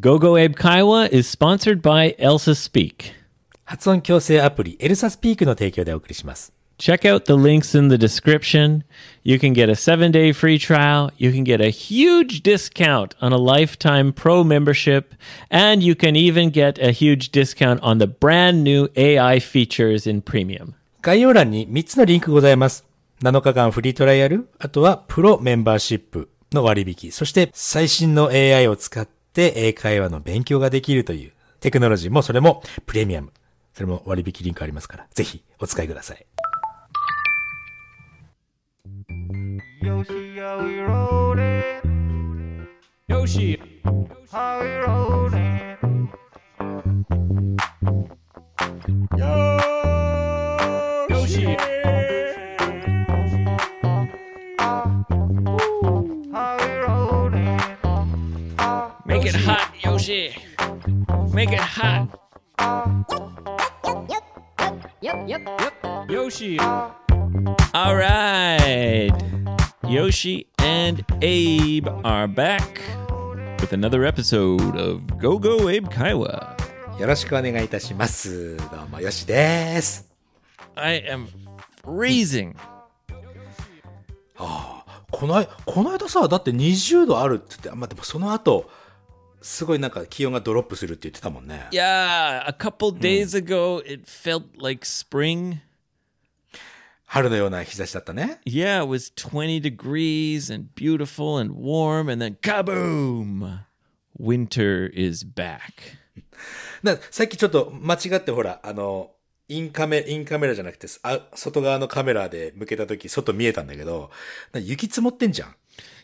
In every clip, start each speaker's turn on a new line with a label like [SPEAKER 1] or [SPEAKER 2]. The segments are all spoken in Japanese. [SPEAKER 1] Go Go Abe Kaiwa is sponsored by Elsa Speak.
[SPEAKER 2] 発音矯正アプリエルサスピークの提供でお送りします。
[SPEAKER 1] Check out the links in the description. You can get a seven day free trial. You can get a huge discount on a lifetime pro membership. And you can even get a huge discount on the brand new AI features in premium.
[SPEAKER 2] 概要欄に3つのリンクございます。7日間フリートライアル、あとはプロメンバーシップの割引、そして最新の AI を使って英会話の勉強ができるというテクノロジーもそれもプレミアム。それも割引リンクありますから、ぜひお使いください。
[SPEAKER 3] Yoshi, how we rollin'?
[SPEAKER 4] Yoshi.
[SPEAKER 3] How we rollin'? Yoshi. How we rollin'?
[SPEAKER 4] Make it hot, Yoshi. Make it hot. Yoshi.
[SPEAKER 1] All right. Yoshi and Abe are back with another episode of Go Go Abe Kaiwa.
[SPEAKER 2] よろしくお願いいたします。どうも、よしです。
[SPEAKER 1] I am freezing.
[SPEAKER 2] この間、この間さ、だって20度あるって言って、あまあ、でもその後、すごいなんか気温がドロップするって言ってたもんね。
[SPEAKER 1] Yeah, a couple days ago it felt like spring.
[SPEAKER 2] 春のような日差しだったね。
[SPEAKER 1] Yeah, it was 20 degrees and beautiful and warm, and then kaboom! Winter is back.
[SPEAKER 2] なさっきちょっと間違ってほら、あの、インカメ、インカメラじゃなくて、あ外側のカメラで向けた時、外見えたんだけど、な雪積もってんじゃん。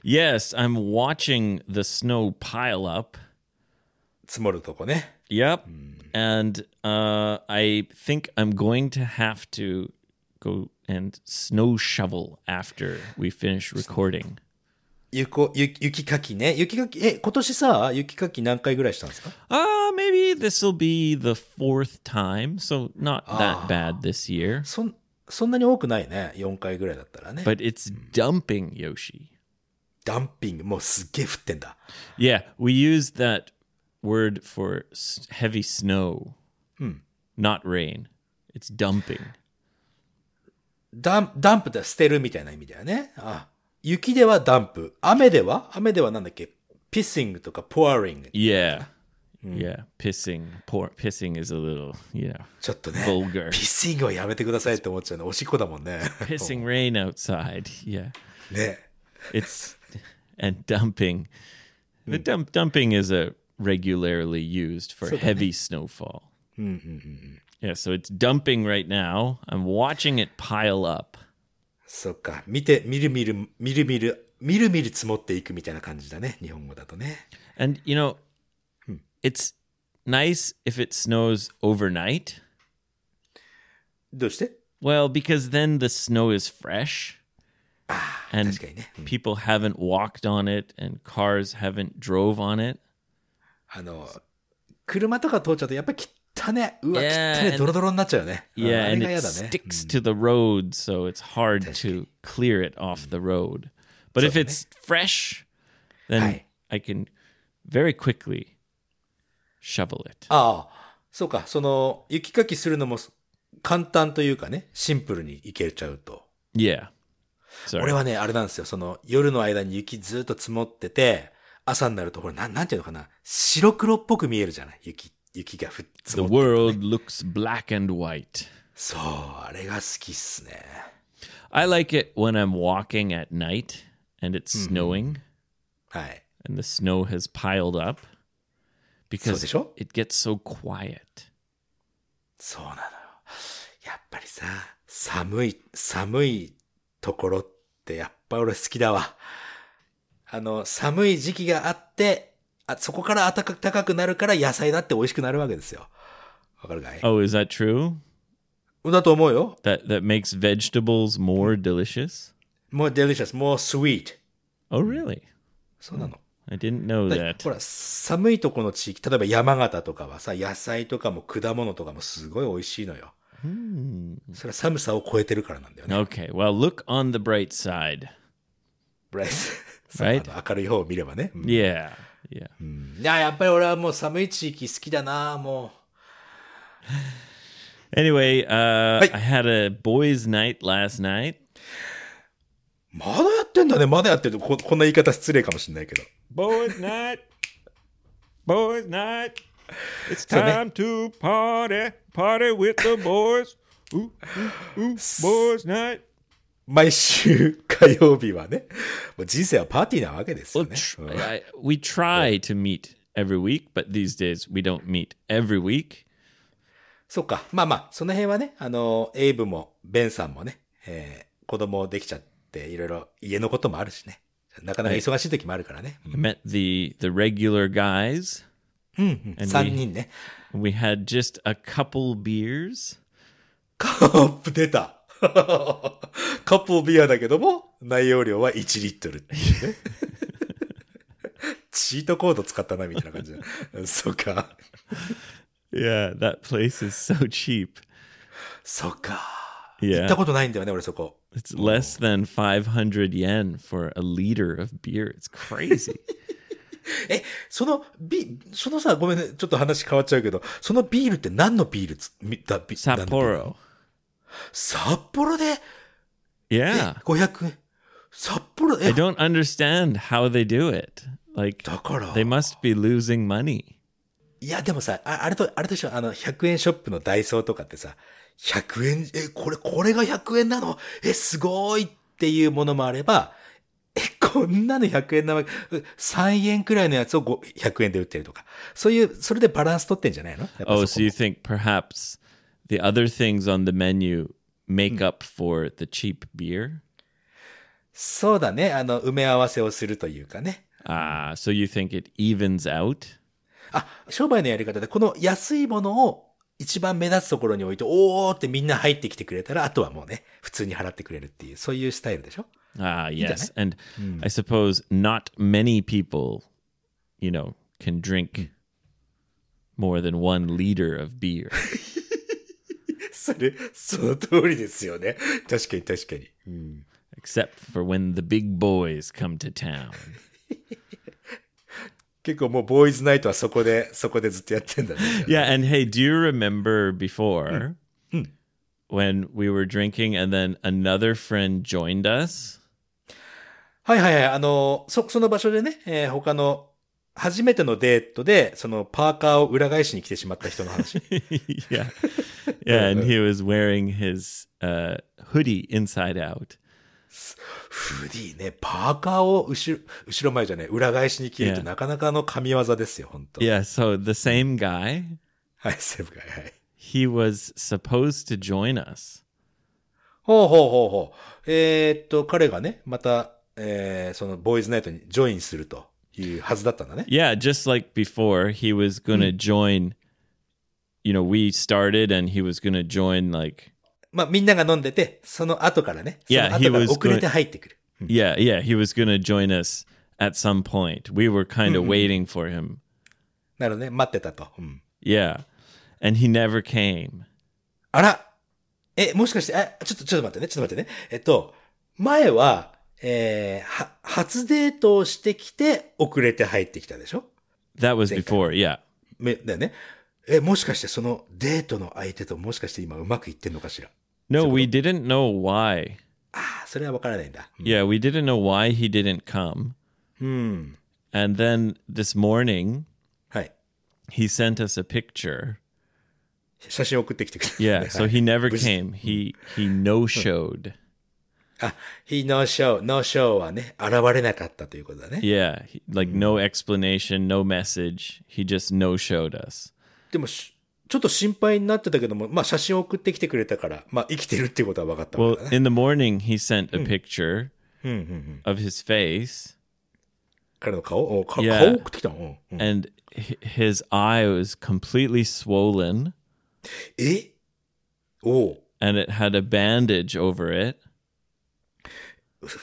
[SPEAKER 1] Yes, I'm watching the snow pile up.
[SPEAKER 2] 積もるとこね。
[SPEAKER 1] Yep. And uh, I think I'm going to have to go and snow shovel after we finish recording.
[SPEAKER 2] ゆこ、ゆ、雪かきね。雪かき、え、今年さ、雪かき何回ぐらいしたんですか
[SPEAKER 1] Uh, maybe this will be the fourth time, so not that bad this year.
[SPEAKER 2] そん、そんなに多くないね。4回ぐらいだったらね。
[SPEAKER 1] But it's dumping Yoshi.
[SPEAKER 2] ダンピング、もうすっげえ降ってんだ。
[SPEAKER 1] Yeah, we use that word for s- heavy snow, not rain. It's dumping.
[SPEAKER 2] ダン、ダンプって捨てるみたいな意味だよね。あ雪ではダンプ。雨では雨ではなんだっけピッシングとかポアリング。
[SPEAKER 1] Yeah. Yeah, pissing. Poor pissing is a little, you know,
[SPEAKER 2] ちょっとね。
[SPEAKER 1] vulgar.
[SPEAKER 2] ピッシングはやめてくださいって思っちゃうね。おしっこだ もんね。
[SPEAKER 1] Pissing rain outside. Yeah.
[SPEAKER 2] ね。
[SPEAKER 1] It's and dumping. The dump dumping is a regularly used for heavy snowfall. Yeah, so it's dumping right now. I'm watching it pile up.
[SPEAKER 2] そっか。見て、みるみる、みるみる、みるみる積もっていくみたいな感じだね。日本語だとね。
[SPEAKER 1] And you know, it's nice if it snows overnight.
[SPEAKER 2] どうして
[SPEAKER 1] Well, because then the snow is fresh. And
[SPEAKER 2] 確かにね。
[SPEAKER 1] people haven't walked on it and cars haven't drove on it.
[SPEAKER 2] あの、車とか通っちゃうとやっぱり汚ね。うわ、
[SPEAKER 1] Yeah,
[SPEAKER 2] 汚ね。
[SPEAKER 1] and-
[SPEAKER 2] ドロドロになっちゃうよね。うん
[SPEAKER 1] Yeah,
[SPEAKER 2] あれ
[SPEAKER 1] and
[SPEAKER 2] が
[SPEAKER 1] it
[SPEAKER 2] 嫌だね。
[SPEAKER 1] sticks to the road, so it's hard to clear it off the road. But if it's fresh, then
[SPEAKER 2] Aye.
[SPEAKER 1] I can very quickly shovel it.
[SPEAKER 2] ああ、そうか。その、雪かきするのも簡単というかね、シンプルにいけちゃうと。
[SPEAKER 1] Yeah. Sorry.
[SPEAKER 2] 俺はね、あれなんですよ。その、夜の間に雪ずっと積もってて、朝になると、これ、なん、なんていうのかな。白黒っぽく見えるじゃない雪、雪がふっ積
[SPEAKER 1] The
[SPEAKER 2] もって。
[SPEAKER 1] world looks black and white.
[SPEAKER 2] そう、あれが好きっすね。
[SPEAKER 1] I like it when I'm walking at night and it's snowing
[SPEAKER 2] はい。
[SPEAKER 1] and the snow has piled up because
[SPEAKER 2] そうでしょ？
[SPEAKER 1] it gets so quiet.
[SPEAKER 2] そうなのよ。やっぱりさ、寒い、寒いところってやっぱ俺好きだわ。あの、寒い時期があって、あそこから暖かくなるから野菜だって美味しくなるわけですよ。わかるかい
[SPEAKER 1] Oh, is that true?
[SPEAKER 2] だと思うよ。
[SPEAKER 1] That that makes vegetables more delicious?
[SPEAKER 2] もう delicious, もう sweet.
[SPEAKER 1] Oh, really?
[SPEAKER 2] そうなの。
[SPEAKER 1] I didn't know
[SPEAKER 2] だ
[SPEAKER 1] that.
[SPEAKER 2] ほら、寒いとこの地域、例えば山形とかはさ、野菜とかも果物とかもすごい美味しいのよ。それは寒さを超えてるからなんだよね。
[SPEAKER 1] Okay, well, look on the bright side.
[SPEAKER 2] ブライス。
[SPEAKER 1] Right?
[SPEAKER 2] あの明るい方を見ればね。うん
[SPEAKER 1] Yeah. Yeah.
[SPEAKER 2] うんいや、やっぱり俺はもう寒い地域好きだな、も
[SPEAKER 1] Anyway, uh,
[SPEAKER 2] Hey.
[SPEAKER 1] I had a boys' night last night.
[SPEAKER 2] う。まだやってんだね、まだやってるこ。こんな言い方失礼かもしれないけど。
[SPEAKER 1] Boys' night. Boys' night. It's
[SPEAKER 2] So they-
[SPEAKER 1] to party. Party with the boys. Ooh, ooh, ooh. Boys' night.
[SPEAKER 2] 毎週 火曜日はね、もう人生はパーティーなわけですよ
[SPEAKER 1] Well,
[SPEAKER 2] ね。
[SPEAKER 1] tr-
[SPEAKER 2] うん
[SPEAKER 1] I, we try to meet every week, but these days we don't meet every week.
[SPEAKER 2] そうか。まあまあ、その辺はね、あの、エイブもベンさんもね、えー子供できちゃって、いろいろ家のこともあるしね。なかなか忙しい時もあるからね。
[SPEAKER 1] I met the the regular guys.
[SPEAKER 2] うん、3人ね。
[SPEAKER 1] We had just a couple beers.
[SPEAKER 2] カップ出た。 カップビアだけども、内容量は1リットルっていう ね。チートコード使ったな、みたいな感じだ。そうか。
[SPEAKER 1] Yeah, that place is so cheap.
[SPEAKER 2] そうか。行
[SPEAKER 1] Yeah,
[SPEAKER 2] ったことないんだよね、俺そこ。
[SPEAKER 1] it's less than 500 yen for a liter of beer. It's crazy.
[SPEAKER 2] え、その、ビ、そのさ、ごめんね、ちょっと話変わっちゃうけど、そのビールって何のビールつ、みだ、ビ
[SPEAKER 1] Sapporo.
[SPEAKER 2] 札幌で、え
[SPEAKER 1] Yeah.
[SPEAKER 2] 500円。札幌で、
[SPEAKER 1] I
[SPEAKER 2] え、
[SPEAKER 1] don't understand how they do it. Like
[SPEAKER 2] だから。
[SPEAKER 1] they must be losing money.
[SPEAKER 2] いや、でもさ、ああれと、あれとしょ、あの、100円ショップのダイソーとかってさ、100円、え、これ、これが100円なのえ、すごいっていうものもあれば、え、こんなの100円なわけ、う3円くらいのやつをご100円で売ってるとか。そういう、それでバランス取ってんじゃないのやっぱ
[SPEAKER 1] Oh,
[SPEAKER 2] そ
[SPEAKER 1] so
[SPEAKER 2] こ
[SPEAKER 1] you think perhaps the other things on the menu make up for the cheap beer?
[SPEAKER 2] そうだね。あの、埋め合わせをするというかね。
[SPEAKER 1] Ah, so you think it evens out?
[SPEAKER 2] あ、商売のやり方で、この安いものを一番目立つところに置いて、おーってみんな入ってきてくれたら、あとはもうね、普通に払ってくれるっていう、そういうスタイルでしょ
[SPEAKER 1] Ah, yes. And I suppose not many people, you know, can drink more than one liter of beer.
[SPEAKER 2] それ、その通りですよね。確かに確かに。
[SPEAKER 1] except for when the big boys come to town.
[SPEAKER 2] 結構もうボーイズナイトはそこで、そこでずっとやってん だね。
[SPEAKER 1] Yeah, and hey, do you remember before when we were drinking and then another friend joined us?
[SPEAKER 2] はいはいはい。あの、そ、その場所でね、えー他の、初めてのデートで、そのパーカーを裏返しに来てしまった人の話。
[SPEAKER 1] yeah. Yeah, and he was wearing his uh, hoodie inside out.
[SPEAKER 2] フディね、パーカーを後ろ、後ろ前じゃない、裏返しに着るって
[SPEAKER 1] Yeah.
[SPEAKER 2] なかなかの神業ですよ、本当
[SPEAKER 1] Yeah, so the same guy,
[SPEAKER 2] はい、セブが、はい。
[SPEAKER 1] he was supposed to join us.
[SPEAKER 2] ほうほうほうほう。えーっと、彼がね、また、えーそのボーイズナイトにジョインするというはずだったんだね。
[SPEAKER 1] Yeah, just like before, he was going to join. You know, we started and he was going to join like
[SPEAKER 2] まあ、みんなが飲んでて、その後からね、そ
[SPEAKER 1] Yeah,
[SPEAKER 2] の後が
[SPEAKER 1] he was
[SPEAKER 2] 遅れて
[SPEAKER 1] going-
[SPEAKER 2] 入ってくる。
[SPEAKER 1] Yeah, yeah, he was going to join us at some point. We were kind of waiting for him.
[SPEAKER 2] なるほどね、待ってたと。うん。
[SPEAKER 1] Yeah. And he never came.
[SPEAKER 2] あらえ、もしかして、あ、ちょっと、ちょっと待ってね、ちょっと待ってね。えっと、前は、えーは、初デートをしてきて、遅れて入ってきたでしょ
[SPEAKER 1] That was
[SPEAKER 2] Think-
[SPEAKER 1] before, yeah.
[SPEAKER 2] め、だよね。え、もしかしてそのデートの相手ともしかして今うまくいってんのかしら
[SPEAKER 1] No, we didn't know why.
[SPEAKER 2] ああ、それはわからないんだ。
[SPEAKER 1] Yeah, we didn't know why he didn't come.
[SPEAKER 2] うん。
[SPEAKER 1] And then this morning,
[SPEAKER 2] はい。
[SPEAKER 1] he sent us a picture.
[SPEAKER 2] 写真送ってきてくれた。
[SPEAKER 1] Yeah, so he never
[SPEAKER 2] 無事
[SPEAKER 1] came. He he no-showed.
[SPEAKER 2] あ、he no show, no show はね、現れなかったということだね。
[SPEAKER 1] Yeah, he- like no explanation, no message. He just no-showed us.
[SPEAKER 2] でもし、ちょっと心配になってたけども、まあ写真送ってきてくれたから、まあ生きてるっていうことは分かったわ
[SPEAKER 1] Well,
[SPEAKER 2] けだね。
[SPEAKER 1] in the morning, he sent a picture of his face.
[SPEAKER 2] 彼の顔おか
[SPEAKER 1] Yeah.
[SPEAKER 2] 顔送ってきたの、うんうん
[SPEAKER 1] and hi- his eye was completely swollen
[SPEAKER 2] えおう
[SPEAKER 1] and it had a bandage over it.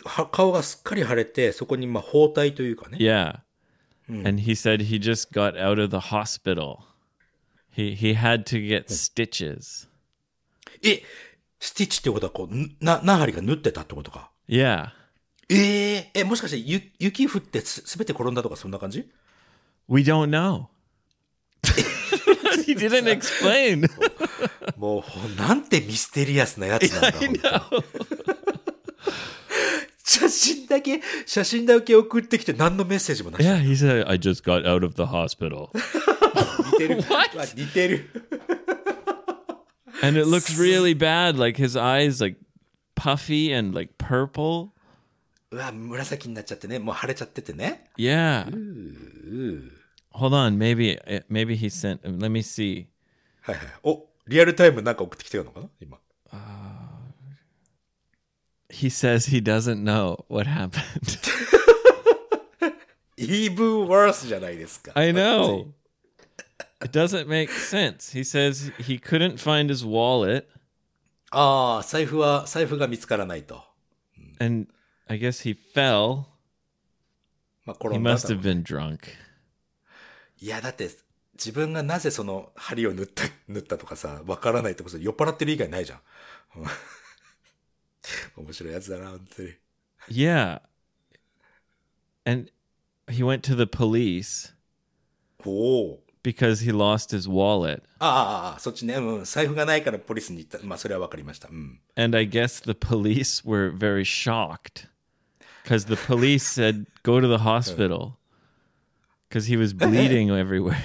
[SPEAKER 2] は顔がすっかり腫れて、そこにまあ包帯というかね。
[SPEAKER 1] Yeah. And he said he just got out of the hospital. He he had to get stitches.
[SPEAKER 2] えスティッチってことはこう、ぬな、何針か縫ってたってことか。
[SPEAKER 1] Yeah.
[SPEAKER 2] えええ、もしかしてゆ雪降ってすべて転んだとかそんな感じ
[SPEAKER 1] We don't know. he didn't explain.
[SPEAKER 2] もうほん、なんてミステリアスなやつなんだ、本当 に写真だけ、写真だけ送ってきて何のメッセージもなし。
[SPEAKER 1] yeah, he said, I just got out of the hospital.
[SPEAKER 2] 似てる。わ似てる。
[SPEAKER 1] And it looks really bad. Like his eyes, like puffy and like purple.
[SPEAKER 2] うわ、紫になっちゃってね、もう腫れちゃっててね。
[SPEAKER 1] Yeah. Hold on. Maybe, eh, maybe he sent, let me see.
[SPEAKER 2] はいはい。お、リアルタイムなんか送ってきてるのかな今。
[SPEAKER 1] He says he doesn't know what happened.
[SPEAKER 2] even worse じゃないですか。
[SPEAKER 1] I know. It doesn't make sense. He says he couldn't find his wallet,
[SPEAKER 2] ああ、財布は、財布が見つからないと。
[SPEAKER 1] and I guess he fell.
[SPEAKER 2] まあ、コロ
[SPEAKER 1] He
[SPEAKER 2] ナ
[SPEAKER 1] must have been drunk.
[SPEAKER 2] いや、だって、自分がなぜその針を塗った、塗ったとかさ、わからないってこと酔っ払ってる以外ないじゃん。うん 面白いやつだな、本当に。
[SPEAKER 1] Yeah. And he went to the police
[SPEAKER 2] おお。
[SPEAKER 1] because he lost his wallet.
[SPEAKER 2] ああああああ、そっちね、うん、財布がないからポリスに行った。まあ、それはわかりました。うん。
[SPEAKER 1] And I guess the police were very shocked because the police said, go to the hospital because he was bleeding everywhere.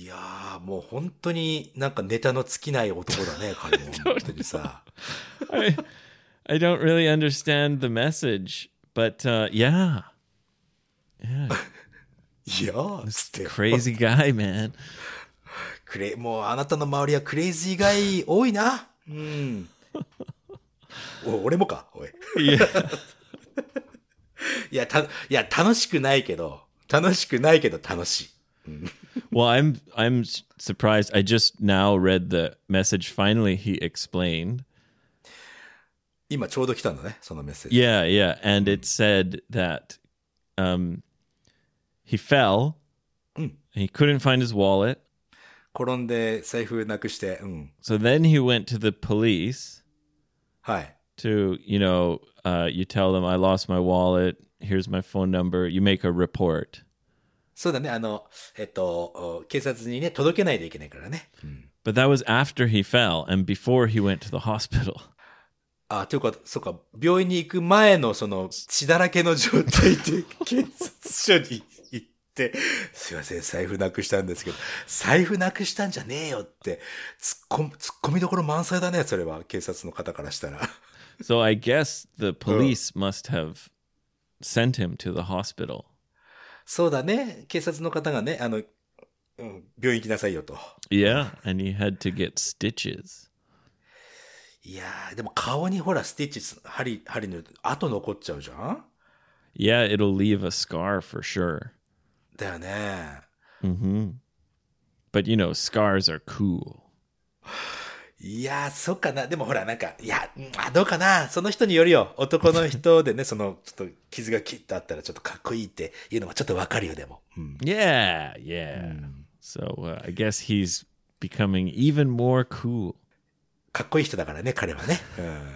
[SPEAKER 2] いやー、もう本当になんかネタの尽きない男だね、彼も。本当にさ。
[SPEAKER 1] I, I don't really understand the message, but uh, yeah,
[SPEAKER 2] いやー、つって。
[SPEAKER 1] crazy guy, man.
[SPEAKER 2] クレもうあなたの周りはクレイジーガイ多いな。うん。お俺もか、おい。
[SPEAKER 1] Yeah.
[SPEAKER 2] いや、た、いや、楽しくないけど、楽しくないけど楽しい。
[SPEAKER 1] Well, I'm I'm s- surprised. I just now read the message. Finally, he explained.
[SPEAKER 2] 今ちょうど来たんだね、そのメッセージ。
[SPEAKER 1] Yeah, yeah, and it said that um, he fell. He couldn't find his wallet,
[SPEAKER 2] 転んで財布なくして、うん。
[SPEAKER 1] so then he went to the police.
[SPEAKER 2] はい。
[SPEAKER 1] to you know uh, you tell them i lost my wallet here's my phone number you make a report
[SPEAKER 2] そうだね、あの、えっと、お警察にね、届けないといけないからね。
[SPEAKER 1] but that was after he fell and before he went to the hospital
[SPEAKER 2] あ、というか、そうか、病院に行く前の、その、血だらけの状態で警察署に行って、すいません、財布なくしたんですけど、財布なくしたんじゃねえよって、突っ込む、突っ込みどころ満載だね、それは、警察の方からしたら。
[SPEAKER 1] so i guess the police must have sent him to the hospital
[SPEAKER 2] そうだね、警察の方がね、あの、うん、病院行きなさいよと。
[SPEAKER 1] yeah and he had to get stitches
[SPEAKER 2] いやー、でも顔にほら、スティッチ、針、針の跡残っちゃうじゃん
[SPEAKER 1] yeah it'll leave a scar for sure
[SPEAKER 2] だよね。
[SPEAKER 1] hmm but you know scars are cool
[SPEAKER 2] いやー、そっかな。でもほら、なんか、いや、うんあどうかな。その人によるよ。男の人でね、その、ちょっと傷がキッとあったらちょっとかっこいいっていうのもちょっとわかるよ、でも。うん。
[SPEAKER 1] yeah yeah so uh, i guess he's becoming even more cool
[SPEAKER 2] かっこいい人だからね、彼はね。うん。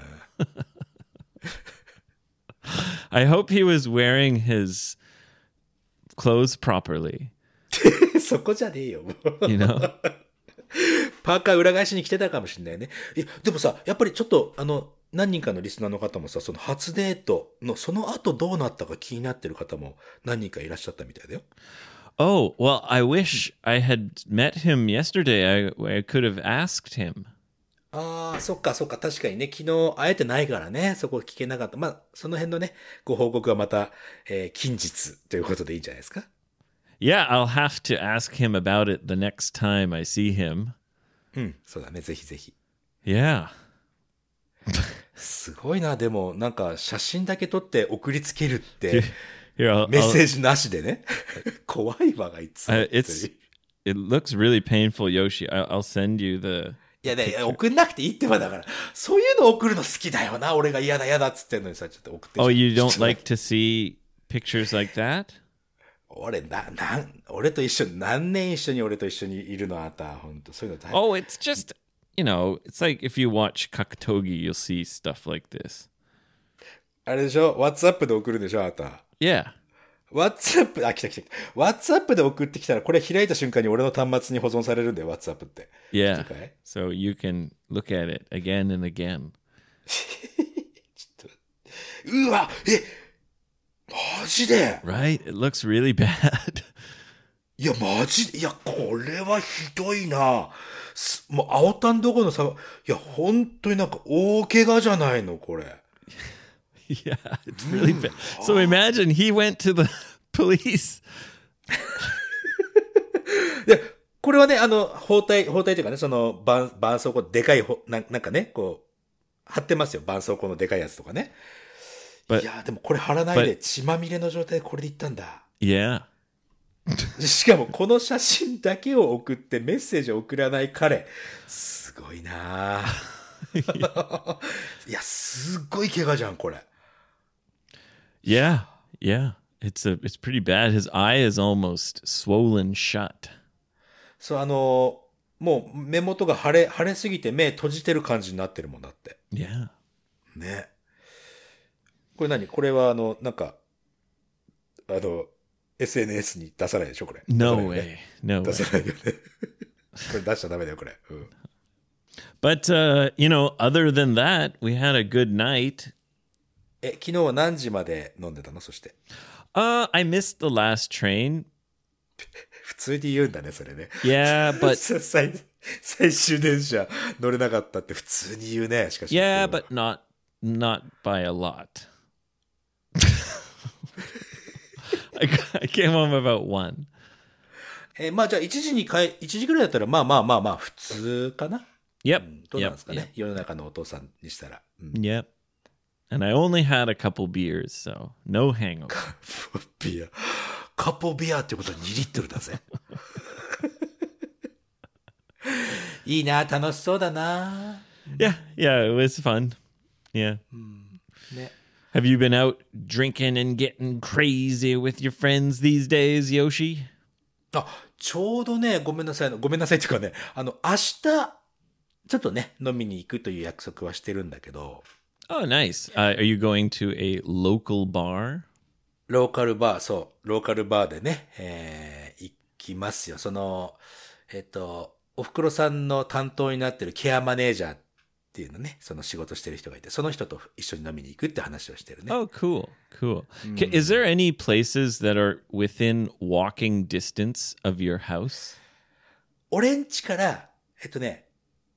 [SPEAKER 1] I hope he was wearing his clothes properly.
[SPEAKER 2] そこじゃねえよ、もう
[SPEAKER 1] You know,
[SPEAKER 2] パーカー裏返しに着てたかもしれないね。いや、でもさ、やっぱりちょっと、あの、何人かのリスナーの方もさ、その初デートの、その後どうなったか気になってる方も何人かいらっしゃったみたいだよ。
[SPEAKER 1] oh well. I wish I had met him yesterday. I I could have asked him.
[SPEAKER 2] ああ、そっかそっか、確かにね、昨日会えてないからね、そこ聞けなかった。まあ、その辺のね、ご報告はまた、えー近日ということでいいんじゃないですか
[SPEAKER 1] Yeah, I'll have to ask him about it the next time I see him.
[SPEAKER 2] うん。そうだね、ぜひぜひ。
[SPEAKER 1] Yeah,
[SPEAKER 2] すごいな、でも、なんか、写真だけ撮って送りつける って、
[SPEAKER 1] here. I'll,
[SPEAKER 2] メッ
[SPEAKER 1] I'll-
[SPEAKER 2] セージなしでね。 怖いわがいつも。
[SPEAKER 1] Uh, it's-
[SPEAKER 2] い
[SPEAKER 1] it looks really painful, Yoshi. I, I'll send you the.
[SPEAKER 2] やね、送んなくていいってばだから。そういうの送るの好きだよな、俺が嫌だ嫌だっつってんのにさ、ちょっと送って
[SPEAKER 1] Oh, you
[SPEAKER 2] ち
[SPEAKER 1] don't
[SPEAKER 2] ょっと
[SPEAKER 1] like to see pictures like that?
[SPEAKER 2] 俺、な、なん、俺と一緒に、何年一緒に俺と一緒にいるの、あなた。本当そういうの大
[SPEAKER 1] Oh, it's just you know, it's like if you watch Kakutogi, you'll see stuff like this.
[SPEAKER 2] あれでしょ ?WhatsApp で送るでしょあなた。
[SPEAKER 1] Yeah.
[SPEAKER 2] WhatsApp、あ、来た来た来た。WhatsApp で送ってきたら、これ開いた瞬間に俺の端末に保存されるんだよ、WhatsApp って。
[SPEAKER 1] Yeah.
[SPEAKER 2] 了解
[SPEAKER 1] So you can look at it again and again.
[SPEAKER 2] うわえマジで
[SPEAKER 1] Right? It looks really bad.
[SPEAKER 2] いや、マジでいや、これはひどいな。すもう、青タンどころのさ、いや、本当になんか大怪我じゃないの、これ。
[SPEAKER 1] yeah, it's really bad. So imagine he went to the police.
[SPEAKER 2] で、これはね、あの、包帯、包帯というかね、その、ばん絆創膏、でかいほなん、なんかね、こう、貼ってますよ、絆創膏のでかいやつとかね。い
[SPEAKER 1] But-
[SPEAKER 2] や、でもこれ貼らないで、血まみれの状態でこれで行ったんだ。
[SPEAKER 1] Yeah.
[SPEAKER 2] しかもこの写真だけを送ってメッセージを送らない彼。すごいな ぁいや、すっごい怪我じゃん、これ。
[SPEAKER 1] Yeah. Yeah. It's a it's pretty bad. His eye is almost swollen shut.
[SPEAKER 2] そう、あのーもう目元が腫れ、腫れすぎて目閉じてる感じになってるもんだって。
[SPEAKER 1] Yeah.
[SPEAKER 2] ね。これ何これはあの、なんか、あの、SNS に出さないでしょ、これ。
[SPEAKER 1] No
[SPEAKER 2] 出さないよね
[SPEAKER 1] way. No
[SPEAKER 2] 出
[SPEAKER 1] way.
[SPEAKER 2] さな いよね。これ出しちゃダメだよ、これ。うん。
[SPEAKER 1] But uh, you know, other than that, we had a good night.
[SPEAKER 2] え、昨日は何時まで飲んでたのそして。
[SPEAKER 1] Uh, I missed the last train.
[SPEAKER 2] 普通に言うんだね、それね。
[SPEAKER 1] Yeah, but
[SPEAKER 2] さ 最最終電車乗れなかったって普通に言うねしかし
[SPEAKER 1] yeah,
[SPEAKER 2] うん
[SPEAKER 1] but not not by a lot. I, ca- I came home about one.
[SPEAKER 2] えーまあじゃあ1時に帰1時ぐらいだったらまあまあまあまあ普通かな、
[SPEAKER 1] Yep.
[SPEAKER 2] うんどうなんで
[SPEAKER 1] Yep.
[SPEAKER 2] すかね
[SPEAKER 1] Yep.
[SPEAKER 2] 世の中のお父さんにしたら、うん、
[SPEAKER 1] Yep. And I only had a couple beers, so no hangover.
[SPEAKER 2] カポビアカポビアってことは2リットルだぜ いいな楽しそうだな
[SPEAKER 1] Yeah, yeah, it was fun. Yeah.
[SPEAKER 2] ね
[SPEAKER 1] Have you been out drinking and getting crazy with your friends these days, Yoshi?
[SPEAKER 2] あ、ちょうどね、ごめんなさいの、ごめんなさいっていうかね、あの、明日、ちょっとね、飲みに行くという約束はしてるんだけど、
[SPEAKER 1] Oh, nice. Uh, are you going to a local bar?
[SPEAKER 2] ローカルバー、そう、ローカルバーでね、えー行きますよ。その、えっ、と、おふくろさんの担当になってるケアマネージャーっていうのね、その仕事してる人がいて、その人と一緒に飲みに行くって話をしてるね。
[SPEAKER 1] Oh, cool, cool. K- Is there any places that are within walking distance of your house?
[SPEAKER 2] 俺んちから、えっとね、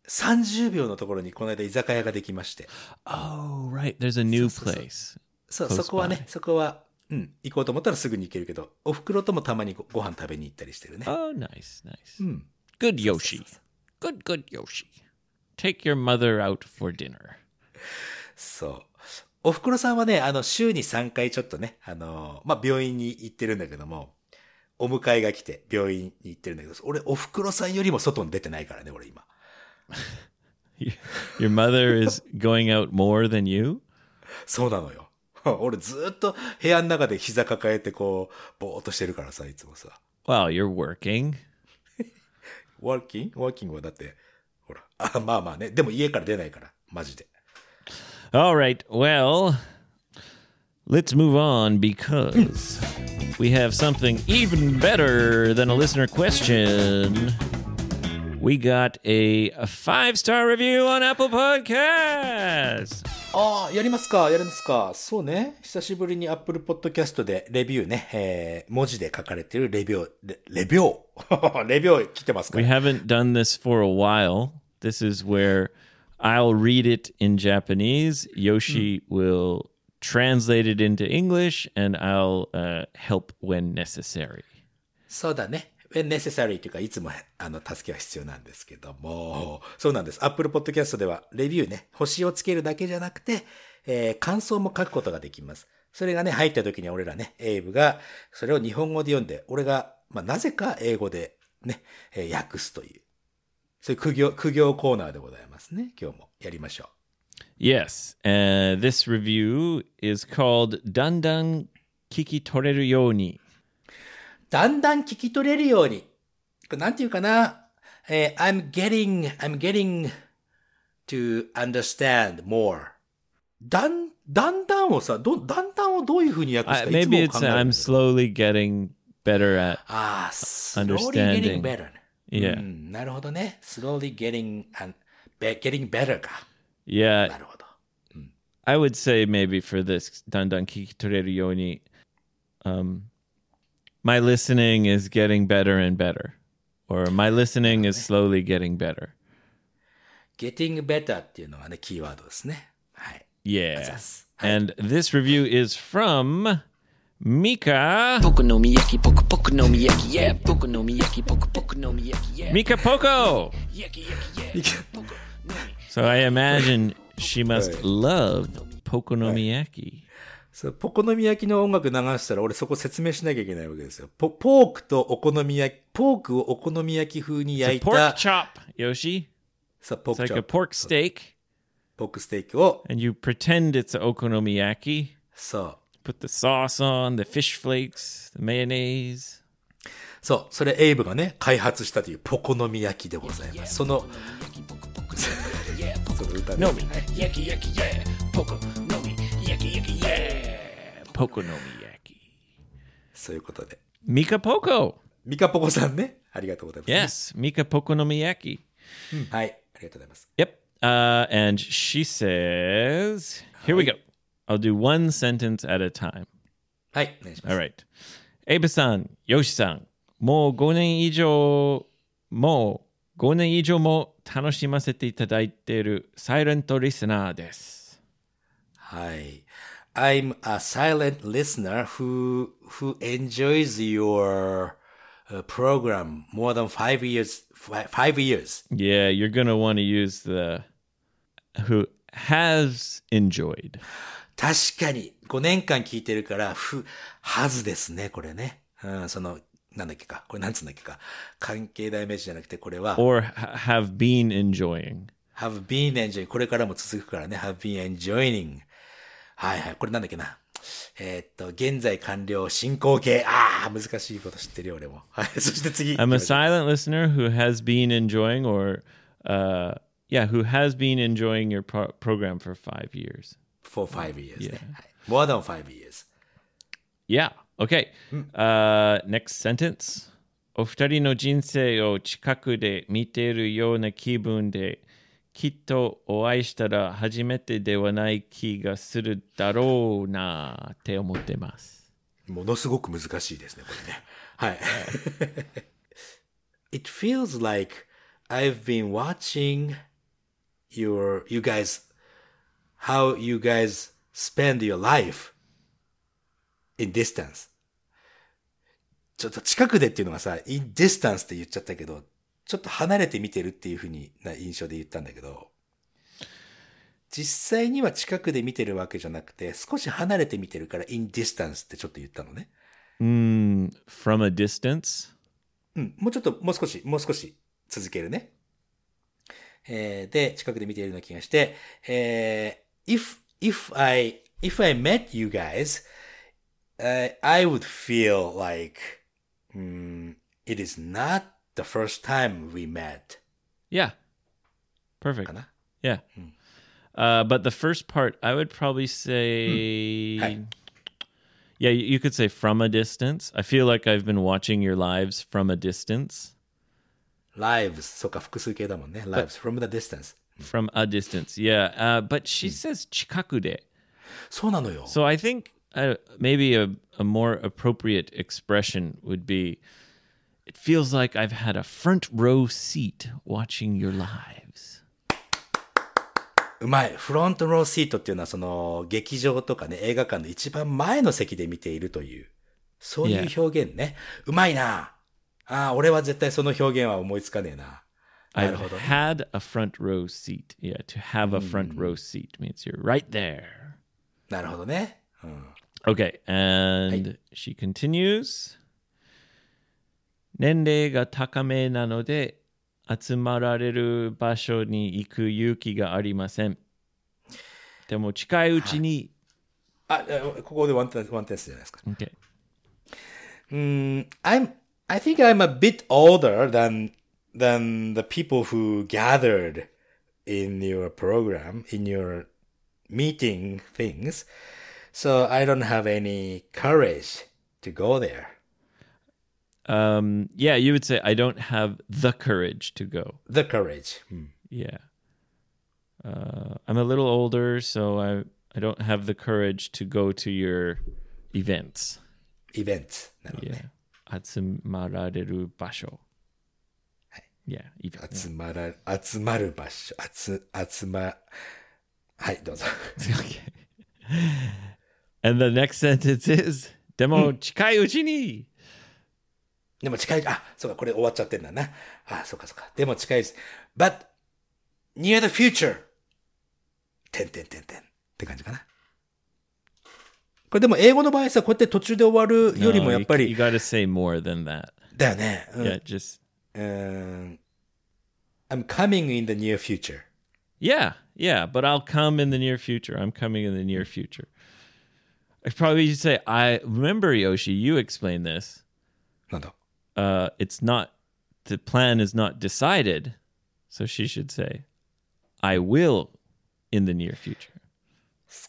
[SPEAKER 2] 30秒のところにこの間居酒屋ができまして。
[SPEAKER 1] Oh, right. There's a new place.
[SPEAKER 2] そう、
[SPEAKER 1] Close
[SPEAKER 2] そこはね
[SPEAKER 1] by、
[SPEAKER 2] そこは、うん、行こうと思ったらすぐに行けるけど、お袋ともたまにごご飯食べに行ったりしてるね。
[SPEAKER 1] Oh, nice, nice.
[SPEAKER 2] うん。
[SPEAKER 1] Good Yoshi. Good, good Yoshi. Take your mother out for dinner.
[SPEAKER 2] そう。お袋さんはね、あの、週に3回ちょっとね、あのー、まあ、病院に行ってるんだけども、お迎えが来て病院に行ってるんだけど、俺、お袋さんよりも外に出てないからね、俺今。
[SPEAKER 1] Your mother is going out more than you?
[SPEAKER 2] そうなのよ。 俺ずーっと部屋の中で膝抱えてこう、ぼーっとしてるからさ、いつもさ。
[SPEAKER 1] Well, you're working.
[SPEAKER 2] ワーキングワーキングはだって、ほら、あ、まあまあね。でも家から出ないから、マジで。
[SPEAKER 1] All right. Well, let's move on because we have something even better than a listener question. We got a, a five star review on Apple Podcasts.
[SPEAKER 2] ああ、やりますか、やりますか。そうね。久しぶりに Apple Podcast でレビューね、えー、文字で書かれてるレビュー、レレビュー レビュー来てますか
[SPEAKER 1] We
[SPEAKER 2] ら。
[SPEAKER 1] haven't done this for a while. This is where I'll read it in Japanese. Yoshi will translate it into English, and I'll uh, help when necessary.
[SPEAKER 2] そうだね。when necessary というか、いつもあの助けは必要なんですけども、そうなんです。Apple Podcast ではレビューね、星をつけるだけじゃなくて、えー感想も書くことができます。それがね、入った時に俺らね、エイブが、それを日本語で読んで、俺が、まあ、なぜか英語でね、えー訳すという、そういう苦行、苦行コーナーでございますね。今日もやりましょう。
[SPEAKER 1] Yes, uh, this review is called "Dandan Kiki Toreru Yoni."
[SPEAKER 2] だんだん聞き取れるように。これなんていうかな。えー I'm getting, I'm getting to understand more. だんだんだんをさ、ど、だんだんをどういうふうに訳す
[SPEAKER 1] I,
[SPEAKER 2] か、いつも
[SPEAKER 1] maybe
[SPEAKER 2] 考
[SPEAKER 1] it's
[SPEAKER 2] える
[SPEAKER 1] I'm slowly getting better at.
[SPEAKER 2] ああ、slowly
[SPEAKER 1] understanding.
[SPEAKER 2] getting better. う
[SPEAKER 1] Yeah.
[SPEAKER 2] ん、なるほどね。slowly getting, and, be- getting better か。な
[SPEAKER 1] Yeah.
[SPEAKER 2] るほど。
[SPEAKER 1] I would say maybe for this Dandan Kikitoreru Yoni, um, my listening is getting better and better. Or my listening is slowly getting better.
[SPEAKER 2] getting better っていうのはね、キーワードですね。はい。
[SPEAKER 1] Yeah.
[SPEAKER 2] はい
[SPEAKER 1] And this review is from Mika
[SPEAKER 5] 僕のみやき僕僕のみやき yeah 僕のみやき僕僕のみやき yeah
[SPEAKER 1] Mika Poco.
[SPEAKER 5] やきやき yeah 僕の
[SPEAKER 1] So I imagine she must love Pokonomiyaki.
[SPEAKER 2] そう、ポコノミ焼きの音楽流したら、俺そこ説明しなきゃいけないわけですよ。ポ、ポークとお好み焼き、ポークをお好み焼き風に
[SPEAKER 1] It's
[SPEAKER 2] 焼
[SPEAKER 1] a
[SPEAKER 2] い
[SPEAKER 1] pork
[SPEAKER 2] た、
[SPEAKER 1] chop, Yoshi.
[SPEAKER 2] そう、ポー
[SPEAKER 1] It's like
[SPEAKER 2] クチョ
[SPEAKER 1] a
[SPEAKER 2] ップ
[SPEAKER 1] pork steak,
[SPEAKER 2] ポークステーキを、
[SPEAKER 1] and you pretend it's an okonomiyaki.
[SPEAKER 2] そう、
[SPEAKER 1] Put the sauce on, the fish flakes, the mayonnaise.
[SPEAKER 2] そう、それエイブがね、開発したというポコノミ焼きでございます。その、その歌ね。
[SPEAKER 5] みやきやき yeah 僕のみやきやき yeah
[SPEAKER 1] Pokonomiyaki.
[SPEAKER 2] そういうことで。
[SPEAKER 1] Mika Poco.
[SPEAKER 2] ミカポコさんね、ありがとうございます。
[SPEAKER 1] Yes, Mika Pokonomiyaki.
[SPEAKER 2] うんはい、ありがとうございます。
[SPEAKER 1] Yep. Uh, and she says, here we go. I'll do one sentence at a time.
[SPEAKER 2] はい、お願いします。
[SPEAKER 1] All right. エイブさん、ヨシさん、もう5年以上、もう5年以上も楽しませていただいているサイレントリスナーです。
[SPEAKER 2] はい。I'm a silent listener who who enjoys your uh, program more than five years fi- five years.
[SPEAKER 1] Yeah, you're going to want to use the who has enjoyed.
[SPEAKER 2] 確かに5年間聞いてるから、ふ、はずですね、これね。うん、その、なんだっけか。これなんつうんだっけか。関係代名詞じゃなくて、これは、
[SPEAKER 1] or ha- have been enjoying.
[SPEAKER 2] have been enjoying. これからも続くからね。have been enjoying. はいはい。これなんだっけな。えーっと、現在完了進行形。ああ、難しいこと知ってるよ、俺も。はい。そして次。
[SPEAKER 1] I'm a silent listener who has been enjoying or uh yeah, who has been enjoying your pro- program for 5 years.
[SPEAKER 2] for five years ね。はい More than five years.
[SPEAKER 1] Yeah. Okay. Uh, next sentence. お二人の人生を近くで見ているような気分で、きっとお会いしたら初めてではない気がするだろうなって思ってます。
[SPEAKER 2] ものすごく難しいですね、こ れね。はい。It feels like I've been watching your, you guys, how you guys spend your life in distance. ちょっと近くでっていうのがさ、in distance って言っちゃったけど、ちょっと離れて見てるっていうふうにな印象で言ったんだけど、実際には近くで見てるわけじゃなくて、少し離れて見てるから in distance ってちょっと言ったのね。
[SPEAKER 1] うん、from a distance?
[SPEAKER 2] うん、もうちょっと、もう少し、もう少し続けるね。えーで、近くで見ているような気がして、えー if, if I, if I met you guys,、I would feel like, うん it is not the first time we met.
[SPEAKER 1] Yeah. Perfect.
[SPEAKER 2] かな
[SPEAKER 1] Yeah. Uh, but the first part, I would probably say.
[SPEAKER 2] Hi.
[SPEAKER 1] Yeah, you you could say from a distance. I feel like I've been watching your lives from a distance.
[SPEAKER 2] lives, そうか、複数形だもんね。lives from the distance.
[SPEAKER 1] From a distance. Yeah. Uh, but she says chikakude.
[SPEAKER 2] そうなのよ。
[SPEAKER 1] So I think uh, maybe a, a more appropriate expression would be it feels like I've had a front row seat watching your lives.
[SPEAKER 2] うまい。フロントローシートっていうのは、その、劇場とかね、映画館の一番前の席で見ているという、そうい
[SPEAKER 1] Yeah.
[SPEAKER 2] う表現ね。うまいなああ、俺は絶対その表現は思いつかねえな。な
[SPEAKER 1] I've
[SPEAKER 2] るほどね。
[SPEAKER 1] had a front row seat. Yeah, to have a front row seat means you're right there.
[SPEAKER 2] なるほどね。うん。
[SPEAKER 1] Okay, and she continues. 年齢が高めなので集まられる場所に行く勇気がありません。でも近いうちに、
[SPEAKER 2] あ、あここでワンテンワンテンスじゃないですか。
[SPEAKER 1] Okay.
[SPEAKER 2] うーん、I'm, I think I'm a bit older than, than the people who gathered in your program, in your meeting things. So I don't have any courage to go there.
[SPEAKER 1] Um, yeah, you would say, I don't have the courage to go.
[SPEAKER 2] The courage. Hmm.
[SPEAKER 1] Yeah. Uh, I'm a little older, so I, I don't have the courage to go to your events.
[SPEAKER 2] Events. なので、
[SPEAKER 1] Yeah. 集まられる場所。Yeah, events.
[SPEAKER 2] 集まら、集まる場所。集、集ま、はい、どうぞ。
[SPEAKER 1] okay. And the next sentence is, でも近いうちに。
[SPEAKER 2] でも近い、あ、そうか、これ終わっちゃってんだな。あ、そうかそうか。でも近いです。but, near the future! てんてんてんてん。って感じかな。これでも英語の場合さ、こうやって途中で終わるよりも
[SPEAKER 1] No,
[SPEAKER 2] やっぱ
[SPEAKER 1] you, you
[SPEAKER 2] り、
[SPEAKER 1] gotta say more than that.
[SPEAKER 2] だよね。うん
[SPEAKER 1] Yeah, just
[SPEAKER 2] うーん。I'm coming in the near future.
[SPEAKER 1] yeah, yeah. But I'll come in the near future. I'm coming in the near future. I probably should say I remember Yoshi. You explained this.
[SPEAKER 2] なんだ
[SPEAKER 1] Uh, it's not the plan is not decided, so she should say, "I will in the near future."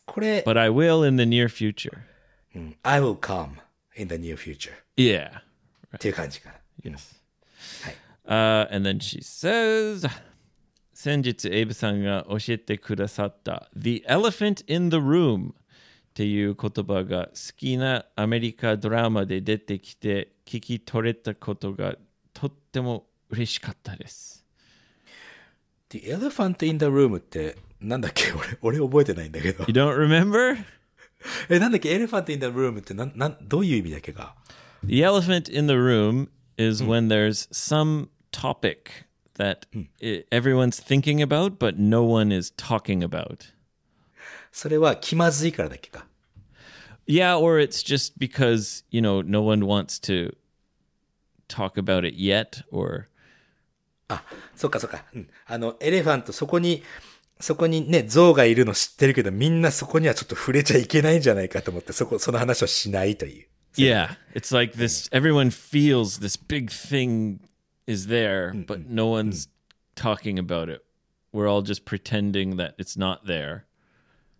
[SPEAKER 2] これ、
[SPEAKER 1] But I will in the near future.
[SPEAKER 2] うん I will come in the near future.
[SPEAKER 1] Yeah.
[SPEAKER 2] っていう感じかな。
[SPEAKER 1] Yes. Uh, and then she says, 先日エイブさんが教えてくださった「The Elephant in the Room」っていう言葉が好きなアメリカドラマで出てきて聞き取れたことがとっても嬉しかったです。
[SPEAKER 2] The elephant in the room って、なんだっけ 俺、俺覚えてないんだけど。
[SPEAKER 1] You don't remember?
[SPEAKER 2] え、なんだっけエレファントインダルームってなん、なん、どういう意味だっけか
[SPEAKER 1] The elephant in the room is when there's some topic that i- everyone's thinking about but no one is talking about.
[SPEAKER 2] それは気まずいからだっけか
[SPEAKER 1] Yeah, or it's just because, you know, no one wants to talk about it yet or
[SPEAKER 2] あ、そっかそっか。うん。あの、エレファントそこに、そこにね、象がいるの知ってるけど、みんなそこにはちょっと触れちゃいけないんじゃないかと思って、そこ、その話をしないという。
[SPEAKER 1] Yeah, it's like this everyone feels this big thing is there, but no one's talking about it. We're all just pretending that it's not there.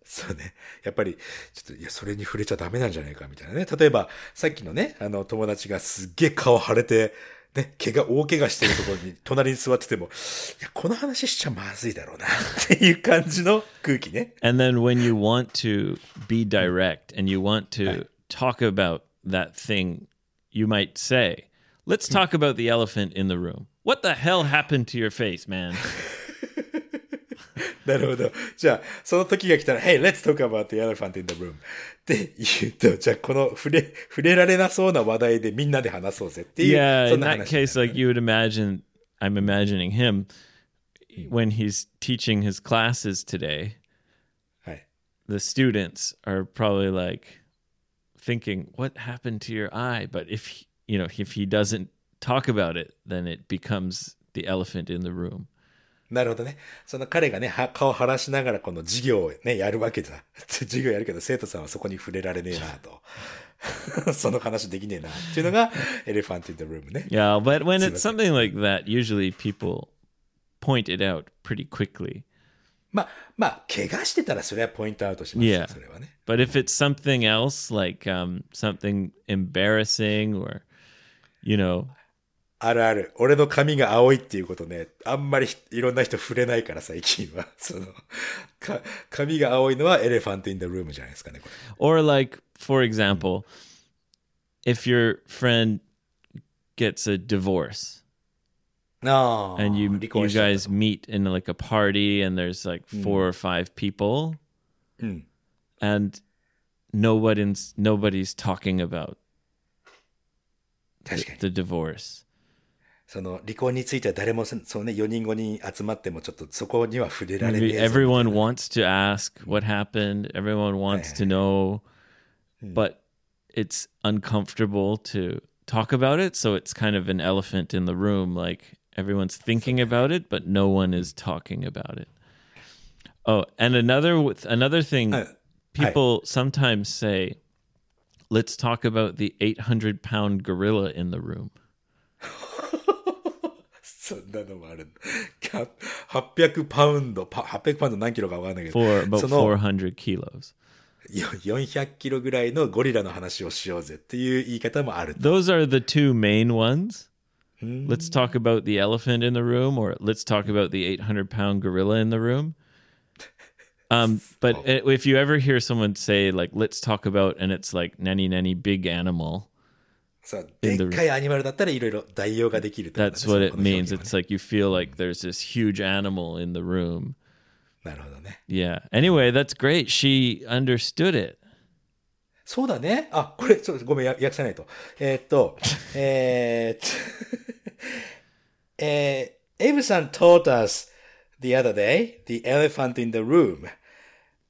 [SPEAKER 2] そうね。やっぱり、ちょっと、いや、それに触れちゃダメなんじゃないか、みたいなね。例えば、さっきのね、あの、友達がすっげえ顔腫れて、ね、怪我、大怪我してるところに、 隣に座ってても、いや、この話しちゃまずいだろうな、 っていう感じの空気ね。
[SPEAKER 1] And then when you want to be direct and you want to talk about that thing, you might say, "Let's talk about the elephant in the room." What the hell happened to your face, man?
[SPEAKER 2] なるほど。じゃあ、その時が来たら、Hey, let's talk about the elephant in the room. って言うと、じゃあ、この触れ、触れられなそうな話題でみんなで話そうぜっていう、
[SPEAKER 1] yeah
[SPEAKER 2] そ
[SPEAKER 1] in
[SPEAKER 2] んな
[SPEAKER 1] that
[SPEAKER 2] 話。
[SPEAKER 1] case like you would imagine i'm imagining him when he's teaching his classes today
[SPEAKER 2] はい。
[SPEAKER 1] the students are probably like thinking what happened to your eye but if he- you know if he doesn't talk about it then it becomes the elephant in the room
[SPEAKER 2] なるほどね。その彼がね、は顔を晴らしながらこの授業をね、やるわけだ。 授業やるけど、生徒さんはそこに触れられねえなと。 その話できねえなっていう のが、エレファント・イン・ザ・ルームね。
[SPEAKER 1] yeah but when it's
[SPEAKER 2] like-
[SPEAKER 1] something like that usually people point it out pretty quickly
[SPEAKER 2] まあ、まあ、怪我してたらそれはポイントアウトしますよ
[SPEAKER 1] Yeah.
[SPEAKER 2] それはね。
[SPEAKER 1] But if it's something else, like um, something embarrassing or, you know,
[SPEAKER 2] あるある。俺の髪が青いっていうことね、あんまりひいろんな人触れないから最近は。 その、か髪が青いのはエレファント・イン・ザ・ルームじゃないですかね、これ。
[SPEAKER 1] or like, for example, if your friend gets a divorce
[SPEAKER 2] ああ
[SPEAKER 1] and you
[SPEAKER 2] 離
[SPEAKER 1] you
[SPEAKER 2] 婚したと
[SPEAKER 1] guys meet in like a party and there's like four or five people,
[SPEAKER 2] Mm.
[SPEAKER 1] and nobody's nobody's talking about
[SPEAKER 2] 確かに。
[SPEAKER 1] the divorce.
[SPEAKER 2] その離婚については誰もそそのね4人5人集まってもちょっとそこには触れられね
[SPEAKER 1] Maybe
[SPEAKER 2] えぞ
[SPEAKER 1] everyone wants to ask what happened. Everyone wants to know, but it's uncomfortable to talk about it. So it's kind of an elephant in the room. Like everyone's thinking about it, but no one is talking about it. Oh, and another with another thing,
[SPEAKER 2] Uh, hi.
[SPEAKER 1] people sometimes say, "Let's talk about the 800 pound gorilla in the room."
[SPEAKER 2] そんなのもあるんだ。キャ800パウンド、パ800パウンド何キロかわかんないけど、
[SPEAKER 1] for about
[SPEAKER 2] その
[SPEAKER 1] 400 kilos.
[SPEAKER 2] よ400キロぐらいのゴリラの話をしようぜっていう言い方もある。
[SPEAKER 1] Those are the two main ones. Let's talk about the elephant in the room, or let's talk about the 800 pound gorilla in the room. Um, but i- if you ever hear someone say, like, let's talk about, and it's like, nanny, nanny, big animal,
[SPEAKER 2] さあ、で
[SPEAKER 1] In the-
[SPEAKER 2] っかいアニマルだったらいろいろ代用ができるってことだね
[SPEAKER 1] that's what it
[SPEAKER 2] そのこの
[SPEAKER 1] means.
[SPEAKER 2] 表現はね
[SPEAKER 1] It's like you feel like there's this huge animal in the room.
[SPEAKER 2] なるほどね。
[SPEAKER 1] Yeah. Anyway, that's great. She understood it.
[SPEAKER 2] そうだね。あ、これ、ちょっとごめん、や訳さないと。えーっと、えーっと、 えー、エブさん taught us the other day, the elephant in the room.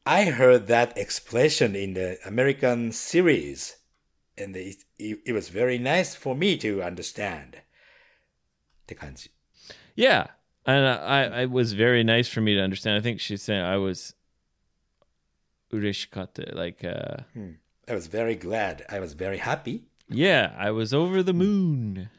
[SPEAKER 2] I heard that expression in the American series, and it, it, it was very nice for me to understand. って感じ。
[SPEAKER 1] Yeah. And I, I it was very nice for me to understand. I think she's saying I was urishikate, like uh
[SPEAKER 2] I was very glad. I was very happy.
[SPEAKER 1] yeah, I was over the moon.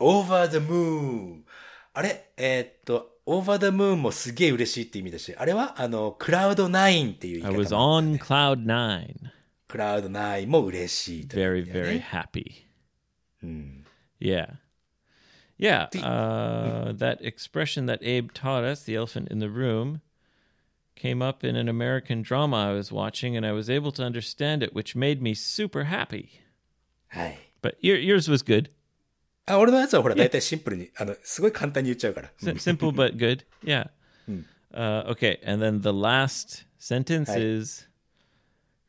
[SPEAKER 2] over the moon. あれえーっと、over the moon もすげえ嬉しいって意味だし、あれはあの、クラウド9っていう
[SPEAKER 1] I
[SPEAKER 2] 言い
[SPEAKER 1] was
[SPEAKER 2] 方も。
[SPEAKER 1] on cloud 9.
[SPEAKER 2] クラウド9も嬉しいって、
[SPEAKER 1] Very very happy. Yeah. Yeah, uh, that expression that Abe taught us, the elephant in the room, came up in an American drama I was watching, and I was able to understand it, which made me super happy.
[SPEAKER 2] はい。
[SPEAKER 1] But your, yours was good.
[SPEAKER 2] あ、俺のやつはほら、大体シンプルに、あの、すごい簡単に言っちゃうから。
[SPEAKER 1] Sim- simple but good. Yeah. Uh, okay, and then the last sentence
[SPEAKER 2] Hi.
[SPEAKER 1] is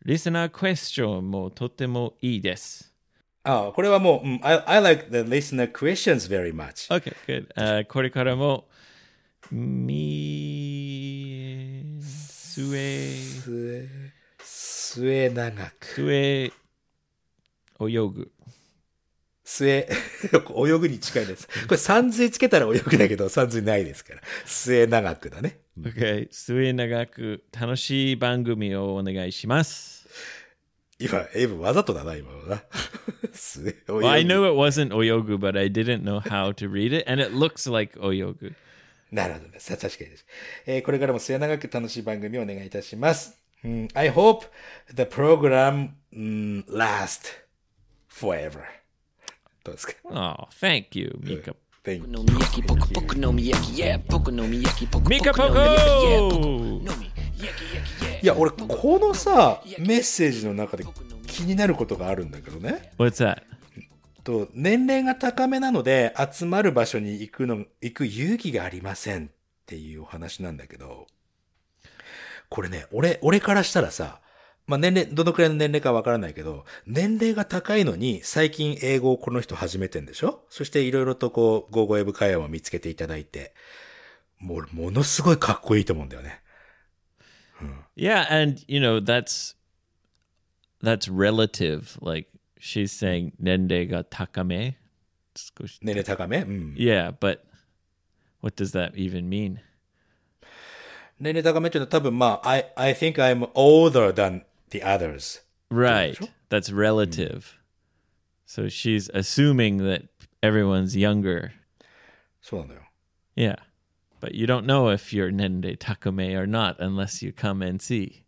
[SPEAKER 1] listener question もとてもいいです
[SPEAKER 2] あこれはもう、うん、I, I like the listener questions very much.
[SPEAKER 1] Okay, good. Uh, これからもみ末
[SPEAKER 2] 末、末長く。
[SPEAKER 1] 末泳ぐ。
[SPEAKER 2] 末、 泳ぐに近いです。これ、さんずいつけたら泳ぐだけど、さんずいないですから。末長くだね。
[SPEAKER 1] Okay, 末長く楽しい番組をお願いします。
[SPEAKER 2] 今、エイブわざとだな、今のな。 末、泳ぐ
[SPEAKER 1] Well, I knew it wasn't 泳ぐ but I didn't know how to read it, and it looks like 泳ぐ。
[SPEAKER 2] なるほどね。さ確かにです。えーこれからも末永く楽しい番組をお願いいたします。うん I hope the program、mm, last forever. どうですか
[SPEAKER 1] Oh, thank you, Mika.
[SPEAKER 2] Thank you.
[SPEAKER 5] no miyaki, poku poku no miyaki, yeah, poku no miyaki, poku
[SPEAKER 1] Mika
[SPEAKER 5] poku no miyaki, yeah, poku
[SPEAKER 1] Poco!
[SPEAKER 5] no miyaki, yaki, yeah.
[SPEAKER 2] いや、俺、このさ、メッセージの中で気になることがあるんだけどね。
[SPEAKER 1] What's that?
[SPEAKER 2] と年齢が高めなので、集まる場所に行くの、行く勇気がありませんっていうお話なんだけど、これね、俺、俺からしたらさ、まあ、年齢、どのくらいの年齢かわからないけど、年齢が高いのに、最近英語をこの人始めてんでしょそしていろいろとこう、ゴーゴーエブ会話を見つけていただいて、もう、ものすごいかっこいいと思うんだよね。
[SPEAKER 1] Yeah, and you know that's that's relative. Like she's saying nende ga takame. 少し-
[SPEAKER 2] 年齢高めうん。
[SPEAKER 1] Yeah, but what does that even mean?
[SPEAKER 2] 年齢高めっていうのは多分まあ、I, I think I'm older than the others.
[SPEAKER 1] Right. That's relative. So she's assuming that everyone's younger.
[SPEAKER 2] そうなんだよ。
[SPEAKER 1] Yeah. But you don't know if you're nende takame or not unless you come and see.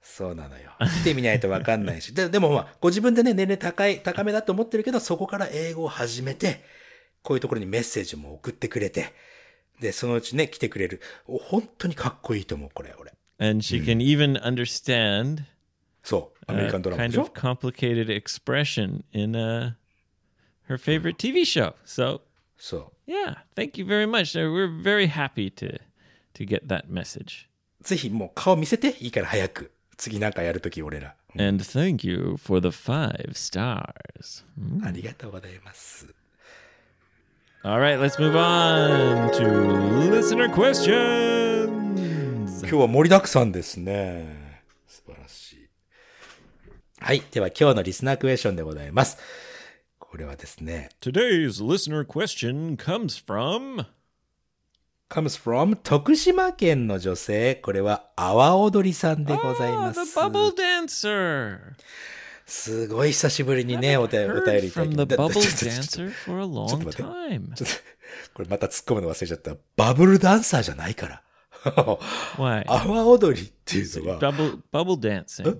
[SPEAKER 2] そうなのよ。見てみないとわかんないし。ででもまあ、ご自分でね、年齢高い、高めだと思ってるけど、そこから英語を始めて、こういうところにメッセージも送ってくれて、で、そのうちね、来てくれる。お本当にかっこいいと思う、これ、俺。
[SPEAKER 1] And she can even understand
[SPEAKER 2] そう。アメリカ
[SPEAKER 1] a
[SPEAKER 2] ンドラマで
[SPEAKER 1] kind
[SPEAKER 2] しょ
[SPEAKER 1] of complicated expression in uh, her favorite TV show. So
[SPEAKER 2] そ
[SPEAKER 1] yeah, thank you very much. Uh, We're very happy to to get that message.
[SPEAKER 2] う。ぜひもう顔見せて、いいから早く。次なんかやるとき、俺ら。
[SPEAKER 1] And thank you for the five stars.
[SPEAKER 2] ありがとうございます。
[SPEAKER 1] All right, let's move on to listener questions.
[SPEAKER 2] 今日は盛りだくさんですね。素晴らしい。はい。では今日のリスナークエスチョンでございます。これはですね、
[SPEAKER 1] Today's listener question comes from
[SPEAKER 2] comes from 徳島県の女性。これは阿波踊りさんでござい
[SPEAKER 1] Ah,
[SPEAKER 2] ます。
[SPEAKER 1] the bubble dancer.
[SPEAKER 2] すごい久しぶりにね、お便お
[SPEAKER 1] Heard
[SPEAKER 2] 便りいただ
[SPEAKER 1] from
[SPEAKER 2] き
[SPEAKER 1] the
[SPEAKER 2] だだ
[SPEAKER 1] bubble
[SPEAKER 2] ちょちょちょちょ
[SPEAKER 1] dancer for a long
[SPEAKER 2] ちょっと
[SPEAKER 1] time.
[SPEAKER 2] ちょっと、これまた突っ込むの忘れちゃった。バブルダンサーじゃないから。
[SPEAKER 1] Why?
[SPEAKER 2] 阿波踊りっていうのが、
[SPEAKER 1] Bubble bubble dancing.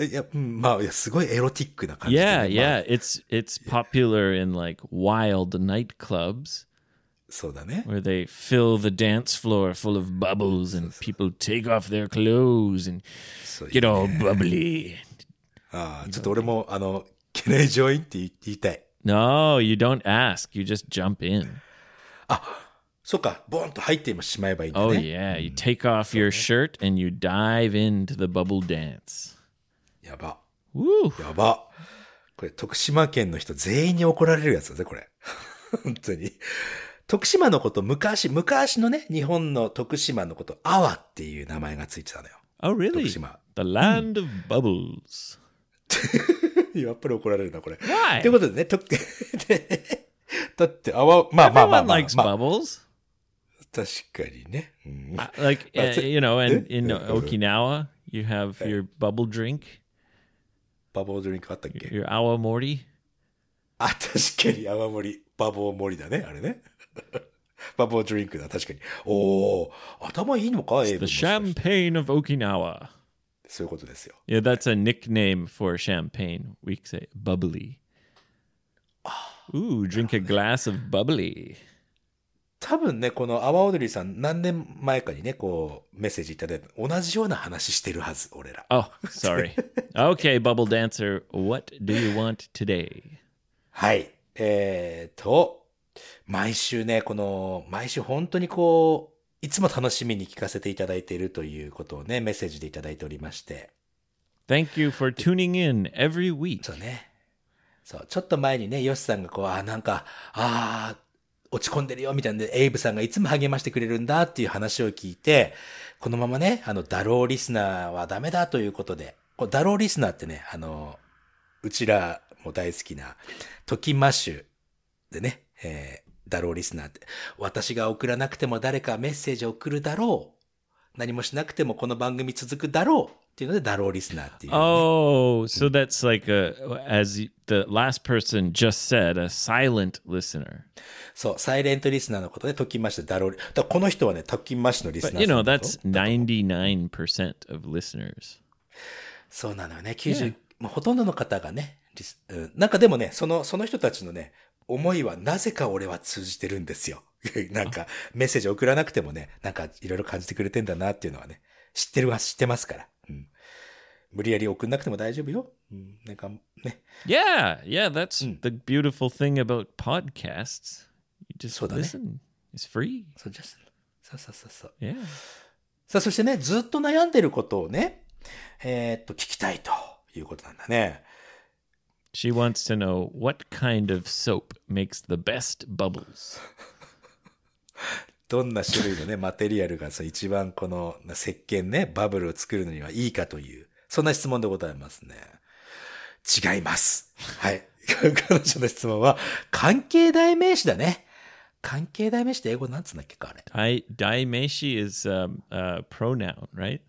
[SPEAKER 2] いや、うんまあ、いやすごいエロティックな感じで、
[SPEAKER 1] Yeah,
[SPEAKER 2] まあ
[SPEAKER 1] yeah. It's it's popular in like wild nightclubs
[SPEAKER 2] そうだね。
[SPEAKER 1] where they fill the dance floor full of bubbles and people take off their clothes and
[SPEAKER 2] そういう
[SPEAKER 1] get all bubbly.
[SPEAKER 2] ああちょっと俺も、あの、ケネジョインって言い言いたい。
[SPEAKER 1] No, you don't ask. You just jump in.
[SPEAKER 2] そうか、ボンと入ってしまえばいいんだ
[SPEAKER 1] Oh
[SPEAKER 2] ね。
[SPEAKER 1] yeah, you take off your shirt and you dive into the bubble dance.
[SPEAKER 2] やば、
[SPEAKER 1] Woo!
[SPEAKER 2] やば。これ、徳島県の人全員に怒られるやつだぜ、これ。 本当に。徳島のこと、昔、昔のね、日本の徳島のこと、アワっていう名前がついてたのよ。
[SPEAKER 1] Oh really?
[SPEAKER 2] Tokushima.
[SPEAKER 1] The land of bubbles.
[SPEAKER 2] やっぱり怒られるな、これ。と
[SPEAKER 1] Why?
[SPEAKER 2] いうことでね、 と、だって、泡、まあまあまあ
[SPEAKER 1] Everyone
[SPEAKER 2] まあ、
[SPEAKER 1] likes
[SPEAKER 2] まあ、
[SPEAKER 1] bubbles.
[SPEAKER 2] 確かにね。うん、
[SPEAKER 1] Like uh,
[SPEAKER 2] That's it.
[SPEAKER 1] you know, and in
[SPEAKER 2] Yeah.
[SPEAKER 1] Okinawa, you have your bubble drink,
[SPEAKER 2] バボードリンクあったっけ
[SPEAKER 1] your awamori.
[SPEAKER 2] あ、確かに泡盛り、バボー盛りだね、あれね。 バボードリンクだ、確かに。おお、頭いいのか、エイブ
[SPEAKER 1] The
[SPEAKER 2] も。
[SPEAKER 1] champagne of Okinawa.
[SPEAKER 2] そういうことですよ。
[SPEAKER 1] Yeah, that's a nickname for champagne. We say bubbly. Ooh, drink a glass of bubbly.
[SPEAKER 2] 多分ね、この阿波踊りさん何年前かにね、こう、メッセージいただいた同じような話してるはず、俺ら。
[SPEAKER 1] Oh, sorry. okay, bubble dancer, what do you want today?
[SPEAKER 2] はい。えーと、毎週ね、この、毎週本当にこう、いつも楽しみに聞かせていただいているということをね、メッセージでいただいておりまして。
[SPEAKER 1] Thank you for tuning in every week.
[SPEAKER 2] そうね。そう、ちょっと前にね、ヨシさんがこう、あー、なんか、あー、落ち込んでるよ、みたいなんで、エイブさんがいつも励ましてくれるんだっていう話を聞いて、このままね、あの、ダローリスナーはダメだということで、こうダローリスナーってね、あの、うちらも大好きな、トキマッシュでね、えー、ダローリスナーって、私が送らなくても誰かメッセージを送るだろう。何もしなくてもこの番組続くだろう。っていうので、ダローリスナーっていうね、
[SPEAKER 1] Oh, so that's like a as the last person just said, a silent listener.
[SPEAKER 2] そう、サイレントリスナーのことで、ときましてダロリ。だからこの人はね、ときましのリスナー
[SPEAKER 1] But
[SPEAKER 2] さん
[SPEAKER 1] you
[SPEAKER 2] だ
[SPEAKER 1] know,
[SPEAKER 2] と
[SPEAKER 1] that's 99% of listeners.
[SPEAKER 2] そうなのよね。90、もうほとんどの方がね、リスうんなんかでもね、その、その人たちのね、思いはなぜか俺は通じてるんですよ。 なんか、メッセージ送らなくてもね、なんかいろいろ感じてくれてんだなっていうのはね、知ってるは知ってますから。うん無理やり送んなくても大丈夫よ。うんなんかね、
[SPEAKER 1] Yeah, yeah, that's
[SPEAKER 2] Mm.
[SPEAKER 1] the beautiful thing about podcasts. You just
[SPEAKER 2] そうだね。
[SPEAKER 1] listen. It's free.
[SPEAKER 2] そうじゃ、そうそうそうそう。
[SPEAKER 1] Yeah.
[SPEAKER 2] さあ、そしてね、ずっと悩んでることをね、えーっと、聞きたいということなんだね。
[SPEAKER 1] She wants to know what kind of soap makes the best bubbles.
[SPEAKER 2] どんな種類のね、マテリアルがそう一番このな石鹸ね、バブルを作るのにはいいかという、そんな質問でございますね。違います。はい。 彼女の質問は、関係代名詞だね。関係代名詞って英語なんつうんだっけか、あれ。
[SPEAKER 1] Dai daimeshi is um, a pronoun, right?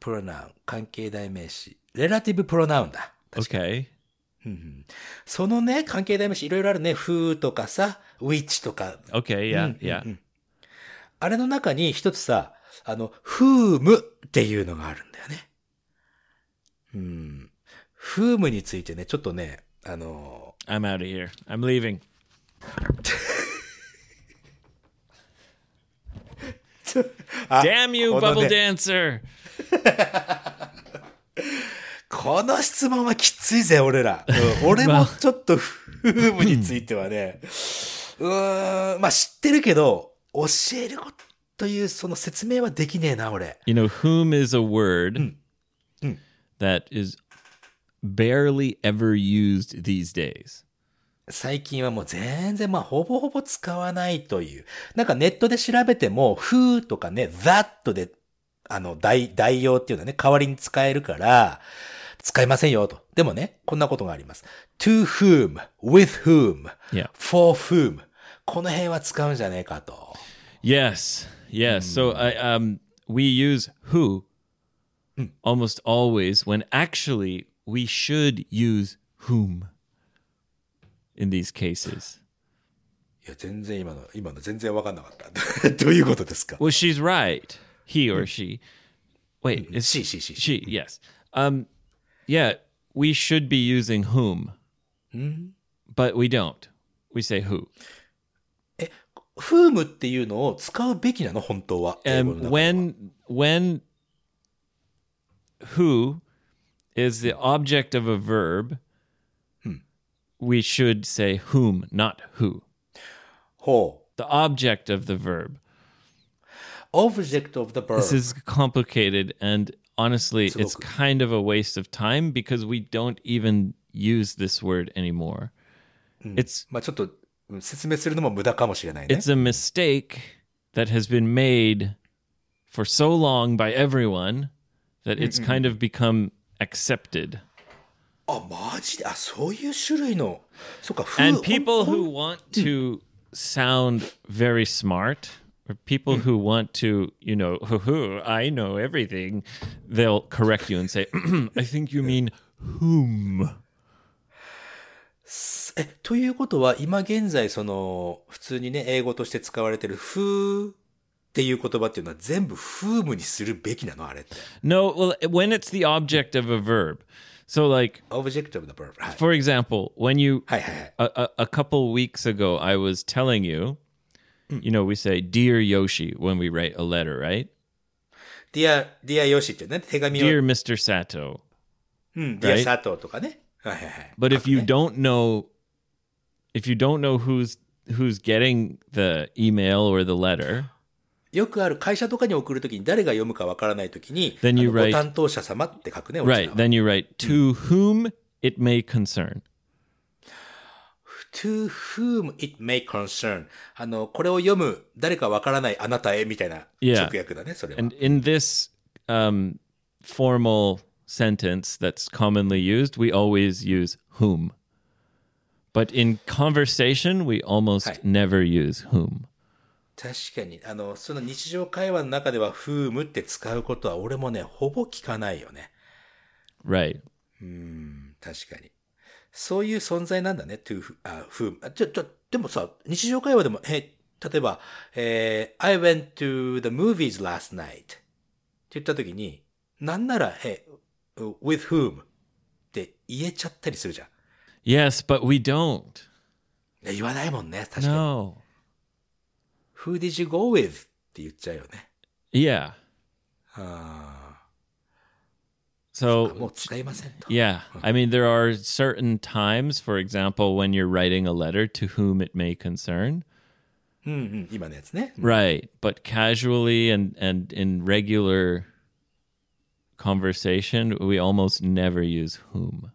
[SPEAKER 2] プロナウン、関係代名詞。レラティブプロナウンだ。
[SPEAKER 1] Okay.
[SPEAKER 2] そのね、関係代名詞いろいろあるね。フーとかさ、ウィッチとか、
[SPEAKER 1] Okay, yeah,
[SPEAKER 2] Hmm,
[SPEAKER 1] yeah.
[SPEAKER 2] あれの中に一つさ、あの、フームっていうのがあるんだよね。うん。フームについてね、ちょっとね、あの
[SPEAKER 1] I'm out of here. I'm leaving.
[SPEAKER 2] あ
[SPEAKER 1] Damn you,
[SPEAKER 2] この
[SPEAKER 1] bubble
[SPEAKER 2] ね
[SPEAKER 1] dancer.
[SPEAKER 2] この質問はきついぜ、俺ら。うん俺もちょっとフームについてはね、うーん、まあ知ってるけど、教えることというその説明はできねえな、俺。
[SPEAKER 1] You know, whom is a word Mm. that is barely ever used these days.
[SPEAKER 2] 最近はもう全然、まあ、ほぼほぼ使わないという。なんかネットで調べても、ふーとかね、that で、あの、代、代用っていうのはね、代わりに使えるから、使いませんよと。でもね、こんなことがあります。to whom, with whom,
[SPEAKER 1] Yeah.
[SPEAKER 2] for whom. この辺は使うんじゃねえかと。
[SPEAKER 1] Yes, yes. So I Mm. um we use who almost always when actually we should use whom in these cases.
[SPEAKER 2] いや、全然今の、今の全然わかんなかった。 どういうことですか
[SPEAKER 1] Well, she's right. He or she. Wait, is
[SPEAKER 2] she, she, she,
[SPEAKER 1] Mm. She, yes. Um, yeah, we should be using whom, Mm-hmm.
[SPEAKER 2] ん
[SPEAKER 1] but we don't. We say who.
[SPEAKER 2] え、フームっていうのを使うべきなの本当は。英語の
[SPEAKER 1] And
[SPEAKER 2] 中では
[SPEAKER 1] Um, when when who is the object of a verb, Hmm. we should say whom, not who.
[SPEAKER 2] ほう。
[SPEAKER 1] The object of the verb.
[SPEAKER 2] object of the verb.
[SPEAKER 1] This is complicated, and honestly, it's
[SPEAKER 2] Sudoku.
[SPEAKER 1] kind of a waste of time because we don't even use this word anymore. It's
[SPEAKER 2] まあちょっとうん説明するのも無駄かもしれないね
[SPEAKER 1] it's。a mistake that has been made for so long by everyone that it's kind of become accepted.
[SPEAKER 2] あ、マジであ、そういう種類の。そっか、フ
[SPEAKER 1] And people who want to sound very smart, or people who want to, you know, hoo hoo, I know everything, they'll correct you and say, I think you mean whom.
[SPEAKER 2] え、ということは、今現在、その、普通にね、英語として使われてる、フーっていう言葉っていうのは全部フームにするべきなのあれって。
[SPEAKER 1] No, well, when it's the object of a verb. So, like,
[SPEAKER 2] object of the verb. はい。
[SPEAKER 1] for example, when you
[SPEAKER 2] はいはいはい。
[SPEAKER 1] a, a, a couple weeks ago, I was telling you, you know, we say "Dear Yoshi" when we write a letter, right?
[SPEAKER 2] dear, dear Yoshi ってね、手紙を、
[SPEAKER 1] Dear Mr. Sato.
[SPEAKER 2] うん、dear
[SPEAKER 1] right?
[SPEAKER 2] Sato とかね。はいはいはい。
[SPEAKER 1] But if you
[SPEAKER 2] 書くね
[SPEAKER 1] don't know, if you don't know who's who's getting the email or the letter,
[SPEAKER 2] よくある会社とかに送るときに誰が読むかわからないときに、
[SPEAKER 1] Then you
[SPEAKER 2] あの
[SPEAKER 1] write-
[SPEAKER 2] ご担当者様って書くね、俺
[SPEAKER 1] right? Then you write "To whom it may concern."
[SPEAKER 2] to whom it may concern. あの、これを読む誰かわからないあなたへみたいな
[SPEAKER 1] Yeah.
[SPEAKER 2] 直訳だね、それは。
[SPEAKER 1] And in this um, formal sentence that's commonly used, we always use whom. But in conversation, we almost
[SPEAKER 2] Hi.
[SPEAKER 1] never use whom.
[SPEAKER 2] 確かに、あの、その日常会話の中では whom って使うことは俺もね、ほぼ聞かないよね。
[SPEAKER 1] Right.
[SPEAKER 2] 確かに。そういう存在なんだね、to who- あ whom。あちょ、ちょ、でもさ、日常会話でも、え、例えば、えー I went to the movies last night って言った時に、なんなら、え、with whom って言えちゃったりするじゃん。
[SPEAKER 1] Yes, but we don't.
[SPEAKER 2] いや言わないもんね、確かに。
[SPEAKER 1] No.
[SPEAKER 2] Who did you go with? って言っちゃうよね。
[SPEAKER 1] Yeah.
[SPEAKER 2] あ
[SPEAKER 1] So
[SPEAKER 2] ーもう使いませんと。
[SPEAKER 1] Yeah. I mean, there are certain times, for example, when you're writing a letter to whom it may concern.
[SPEAKER 2] うんうん、今のやつね。
[SPEAKER 1] Right. But casually and, and in regular conversation, we almost never use whom.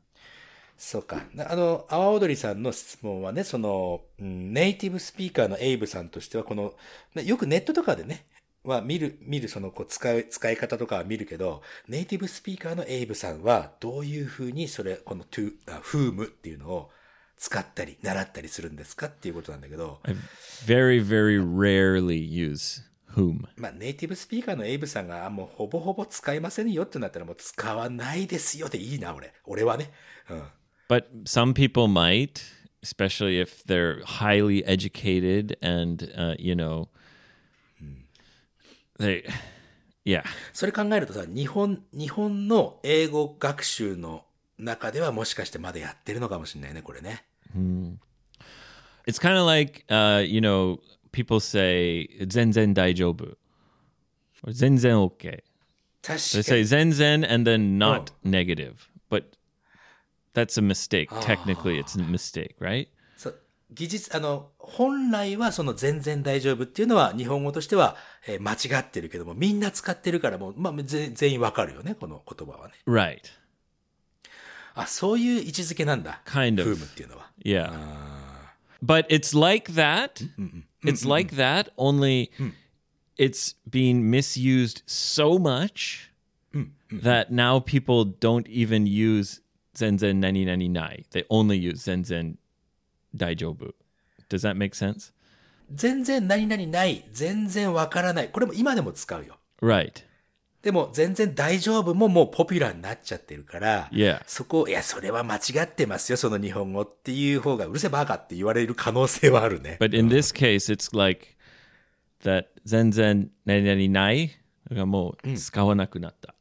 [SPEAKER 2] そうか。なあの、阿波踊りさんの質問はね、その、うんネイティブスピーカーのエイブさんとしては、この、ねよくネットとかでね、は見る、見る、その、こう、使い、使い方とかは見るけど、ネイティブスピーカーのエイブさんは、どういうふうに、それ、この to、あ whom っていうのを使ったり、習ったりするんですかっていうことなんだけど、
[SPEAKER 1] I very, very rarely use whom.
[SPEAKER 2] まあ、ネイティブスピーカーのエイブさんが、あもうほぼほぼ使いませんよってなったら、もう使わないですよでいいな、俺。俺はね。うん。
[SPEAKER 1] But some people might, especially if they're highly educated and, uh, you know, they, yeah.
[SPEAKER 2] それ考えるとさ、日本、日本の英語学習の中ではもしかしてまだやってるのかもしれないね、これね。
[SPEAKER 1] It's kind of like, uh, you know, people say zen zen daijobu or zen zen okay.
[SPEAKER 2] 確
[SPEAKER 1] They
[SPEAKER 2] か
[SPEAKER 1] say
[SPEAKER 2] に。
[SPEAKER 1] zen zen and then not negative, but that's a mistake. Technically, it's a mistake, right?
[SPEAKER 2] そう技術、あの、本来はその全然大丈夫っていうのは日本語としては、えー間違ってるけども、みんな使ってるからもう、まあ、ぜ全員わかるよね、この言葉はね。
[SPEAKER 1] Right.
[SPEAKER 2] あ、そういう位置づけなんだ。
[SPEAKER 1] Kind of
[SPEAKER 2] フームっていうのは。
[SPEAKER 1] Yeah. But it's like that. It's like that, only it's being misused so much that now people don't even use Zen Zen 9999. They only use Zen Zen Daijobu. Does that make sense?
[SPEAKER 2] 全然何々ない、全然わからない。これも今でも使うよ。
[SPEAKER 1] Right.
[SPEAKER 2] でも全然大丈夫ももうポピュラーになっちゃってるから、
[SPEAKER 1] Yeah.
[SPEAKER 2] そこを、いや、それは間違ってますよ、その日本語っていう方が、うるせえバカって言われる可能性はあるね。
[SPEAKER 1] But in this case, it's like that 全然何々ないがもう使わなくなった。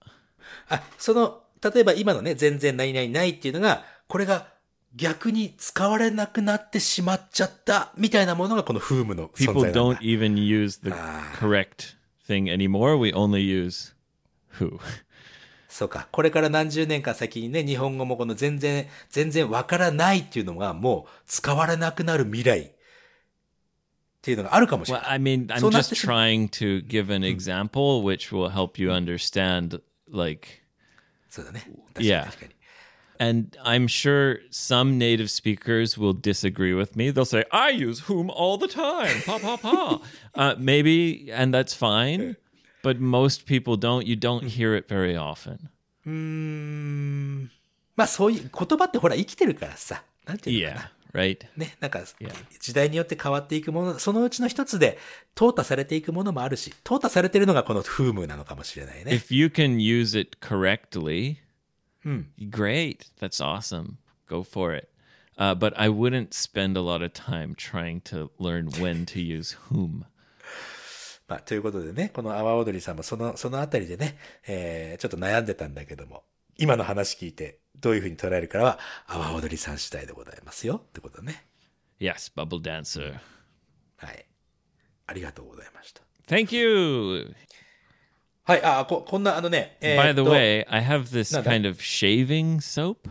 [SPEAKER 2] あ、その、例えば今のね、全然何々ないっていうのが、これが逆に使われなくなってしまっちゃった、みたいなものがこのフームの存
[SPEAKER 1] People
[SPEAKER 2] 在なん
[SPEAKER 1] don't
[SPEAKER 2] だ
[SPEAKER 1] even use the
[SPEAKER 2] Ah.
[SPEAKER 1] correct thing anymore. We only use who.
[SPEAKER 2] そうか。これから何十年か先にね、日本語もこの全然、全然わからないっていうのがもう使われなくなる未来っていうのがあるかもしれ
[SPEAKER 1] Well,
[SPEAKER 2] ない。
[SPEAKER 1] I mean, I'm
[SPEAKER 2] So not
[SPEAKER 1] just
[SPEAKER 2] to- Hmm.
[SPEAKER 1] trying to give an example which will help you understand, like,
[SPEAKER 2] そうだね。確かに
[SPEAKER 1] Yeah.
[SPEAKER 2] 確かに。
[SPEAKER 1] and I'm sure some native speakers will disagree with me. They'll say, I use whom all the time. Pa, pa, pa. uh, maybe, and that's fine. But most people don't. You
[SPEAKER 2] Hmm.
[SPEAKER 1] don't hear it very often.
[SPEAKER 2] まあそういう言葉ってほら生きてるからさ。なんていうのか
[SPEAKER 1] Yeah. Right?
[SPEAKER 2] ね。なんか時代によって変わっていくもの、そのうちの一つで淘汰されていくものもあるし、淘汰されてるのがこのフームなのかもしれないね。
[SPEAKER 1] If you can use it correctly, Hmm. great. That's awesome. Go for it. Uh, but I wouldn't spend a lot of time trying to learn when to use whom.
[SPEAKER 2] まあということでね、この阿波踊りさんもその、そのあたりでね、えー、ちょっと悩んでたんだけども、今の話聞いてどういうふうに捉えるかは、阿波踊りさん次第でございますよってことね。
[SPEAKER 1] Yes, bubble dancer.
[SPEAKER 2] はい。ありがとうございました。
[SPEAKER 1] Thank you.
[SPEAKER 2] はい、あ、こ、こんなあのね、えー
[SPEAKER 1] By
[SPEAKER 2] っと
[SPEAKER 1] the way, I have this
[SPEAKER 2] No, that-
[SPEAKER 1] kind of shaving soap,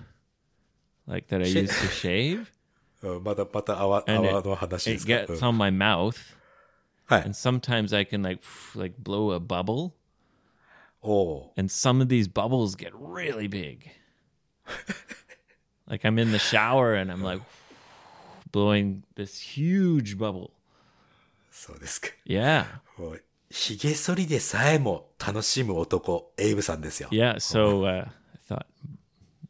[SPEAKER 1] like that I
[SPEAKER 2] Sha-
[SPEAKER 1] use to shave,
[SPEAKER 2] うんまた、また、あわ、あ
[SPEAKER 1] and
[SPEAKER 2] わ
[SPEAKER 1] it,
[SPEAKER 2] の話で
[SPEAKER 1] it
[SPEAKER 2] すか、う
[SPEAKER 1] gets on
[SPEAKER 2] ん
[SPEAKER 1] my mouth,
[SPEAKER 2] はい。
[SPEAKER 1] and sometimes I can like like blow a bubble,
[SPEAKER 2] おお
[SPEAKER 1] and some of these bubbles get really big. like I'm in the shower and I'm like blowing this huge bubble.
[SPEAKER 2] そうですか。
[SPEAKER 1] Yeah,
[SPEAKER 2] もう、髭剃りでさえも楽しむ男、エイブさんですよ。
[SPEAKER 1] yeah. So uh, I thought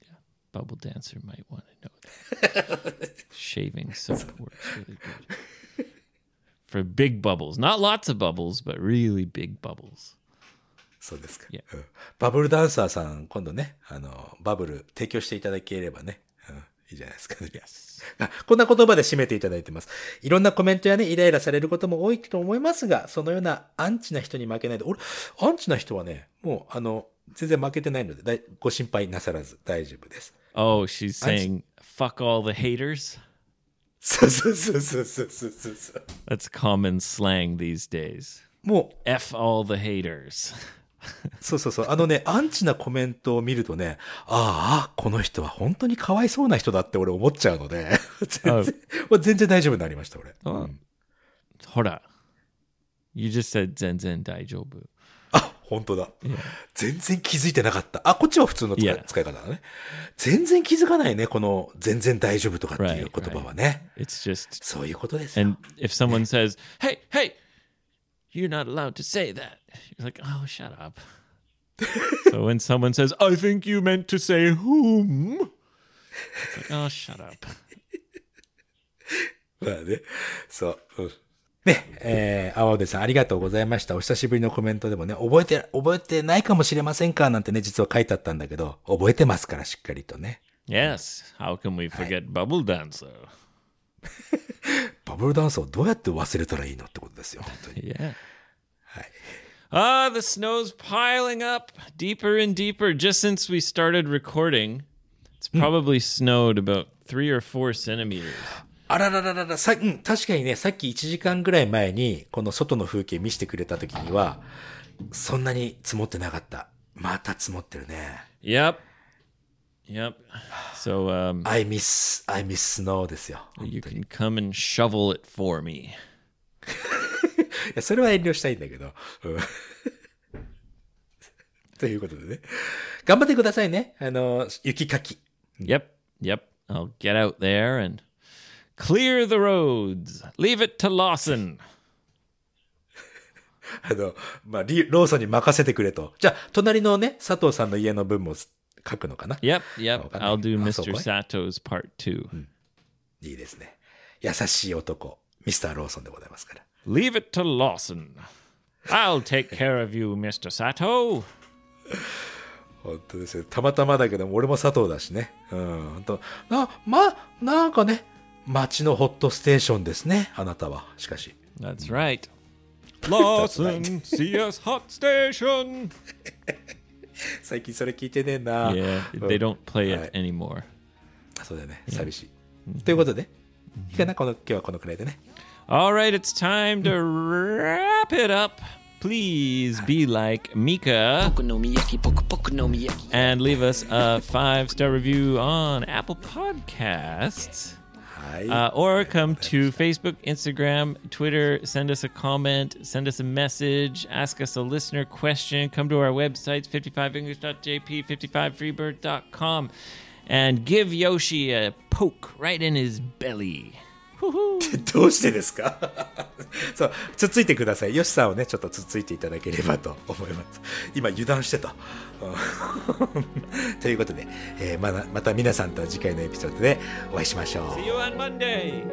[SPEAKER 1] yeah, bubble dancer might want to know that shaving soap works really good for big bubbles, not lots of bubbles, but really big bubbles.
[SPEAKER 2] そうですか。
[SPEAKER 1] Yeah.
[SPEAKER 2] うんバブルダンサーさん、今度ね、あの、バブル提供していただければね、うん、いいじゃないですかね。あこんな言葉で締めていただいてます。いろんなコメントやね、イライラされることも多いと思いますが、そのようなアンチな人に負けないで、俺、アンチな人はね、もう、あの、全然負けてないので、だいご心配なさらず大丈夫です。
[SPEAKER 1] Oh, she's
[SPEAKER 2] I'm s-
[SPEAKER 1] saying "fuck all the haters."
[SPEAKER 2] そうそうそうそうそうそうそう。
[SPEAKER 1] That's common slang these days.
[SPEAKER 2] もう、
[SPEAKER 1] F all the haters.
[SPEAKER 2] そうそうそう。あの ね、アンチなコメントを見るとね、ああ、この人は本当にかわいそうな人だって俺思っちゃうの で、全然、もう全然大丈夫になりました、俺。うん、
[SPEAKER 1] Hora. Mm. You just said Zenzen Daijobu.
[SPEAKER 2] あ、本当だ。全然気づいてなかった。あ、こっちは普通の使い
[SPEAKER 1] Yeah.
[SPEAKER 2] 使い方だね。全然気づかないね、この、全然大丈夫とかっていう言葉はね。
[SPEAKER 1] It's just
[SPEAKER 2] そういうことですよ。
[SPEAKER 1] and if someone says, "Hey, hey, you're not allowed to say that." You're like, "Oh, shut up." so when someone says, "I think you meant to say whom?" It's like, "Oh, shut up."
[SPEAKER 2] まあね。そう。うんね、えー、青出さんありがとうございました。お久しぶりのコメントでもね、覚えて、覚えてないかもしれませんかなんてね、実は書いてあったんだけど、覚えてますから、しっかりとね。
[SPEAKER 1] Yes, how can we forget bubble dancer?
[SPEAKER 2] バブルダンスをどうやって忘れたらいいのってことですよ、本当に。
[SPEAKER 1] Yeah. Ah, the snow's piling up deeper and deeper. Just since we started recording, it's probably snowed about three or four centimeters.
[SPEAKER 2] あららららら、さ、うん、確かにね、さっき1時間ぐらい前に、この外の風景見せてくれた時には、そんなに積もってなかった。また積もってるね。
[SPEAKER 1] Yep. Yep. So um,
[SPEAKER 2] I miss, I miss snow ですよ。い
[SPEAKER 1] you can come and shovel it for me.
[SPEAKER 2] や、それは遠慮したいんだけど。うん ということでね。頑張ってくださいね。あの、雪かき。
[SPEAKER 1] Yep. Yep. I'll get out there and clear the roads. Leave it to Lawson.
[SPEAKER 2] あの、まあ、リローソンに任せてくれと。じゃあ、隣のね、佐藤さんの家の分も書くのかな。
[SPEAKER 1] Yep. Yep.
[SPEAKER 2] Okay.
[SPEAKER 1] I'll do
[SPEAKER 2] That's
[SPEAKER 1] Mr.
[SPEAKER 2] all right.
[SPEAKER 1] Sato's part two.
[SPEAKER 2] いいですね。優しい男、ミスターローソンでございますから。
[SPEAKER 1] Leave it to Lawson. I'll take care of you, Mr. Sato.
[SPEAKER 2] 本当ですよ。たまたまだけども、俺も佐藤だしね。うん、本当な、ま、なんかね、街のホットステーションですね、あなたは。しかし。
[SPEAKER 1] That's right.
[SPEAKER 6] Lawson, CS Hot Station.
[SPEAKER 2] 最近それ聞いてねえな。
[SPEAKER 1] Yeah,
[SPEAKER 2] うん
[SPEAKER 1] they don't play
[SPEAKER 2] は
[SPEAKER 1] it
[SPEAKER 2] い
[SPEAKER 1] anymore.
[SPEAKER 2] そうだよね、寂しい。ということで、いいかな、この、今日はこのくらいでね。
[SPEAKER 1] All right, it's time to wrap it up. Please be like Mika
[SPEAKER 5] Poco no miyaki, poco poco no miyaki.
[SPEAKER 1] and leave us a five star review on Apple Podcasts.
[SPEAKER 2] はい。
[SPEAKER 1] Uh, or come to Facebook, Instagram, Twitter, send us a comment, send us a message, ask us a listener question, come to our websites, 55english.jp, 55freebird.com, and give Yoshi a poke right in his belly.
[SPEAKER 2] どうしてですかそう、つっついてください。よしさんをね、ちょっとつっついていただければと思います。今、油断してた。うん ということで、えーまだまた皆さんと次回のエピソードでお会いしましょう。
[SPEAKER 1] See you on Monday.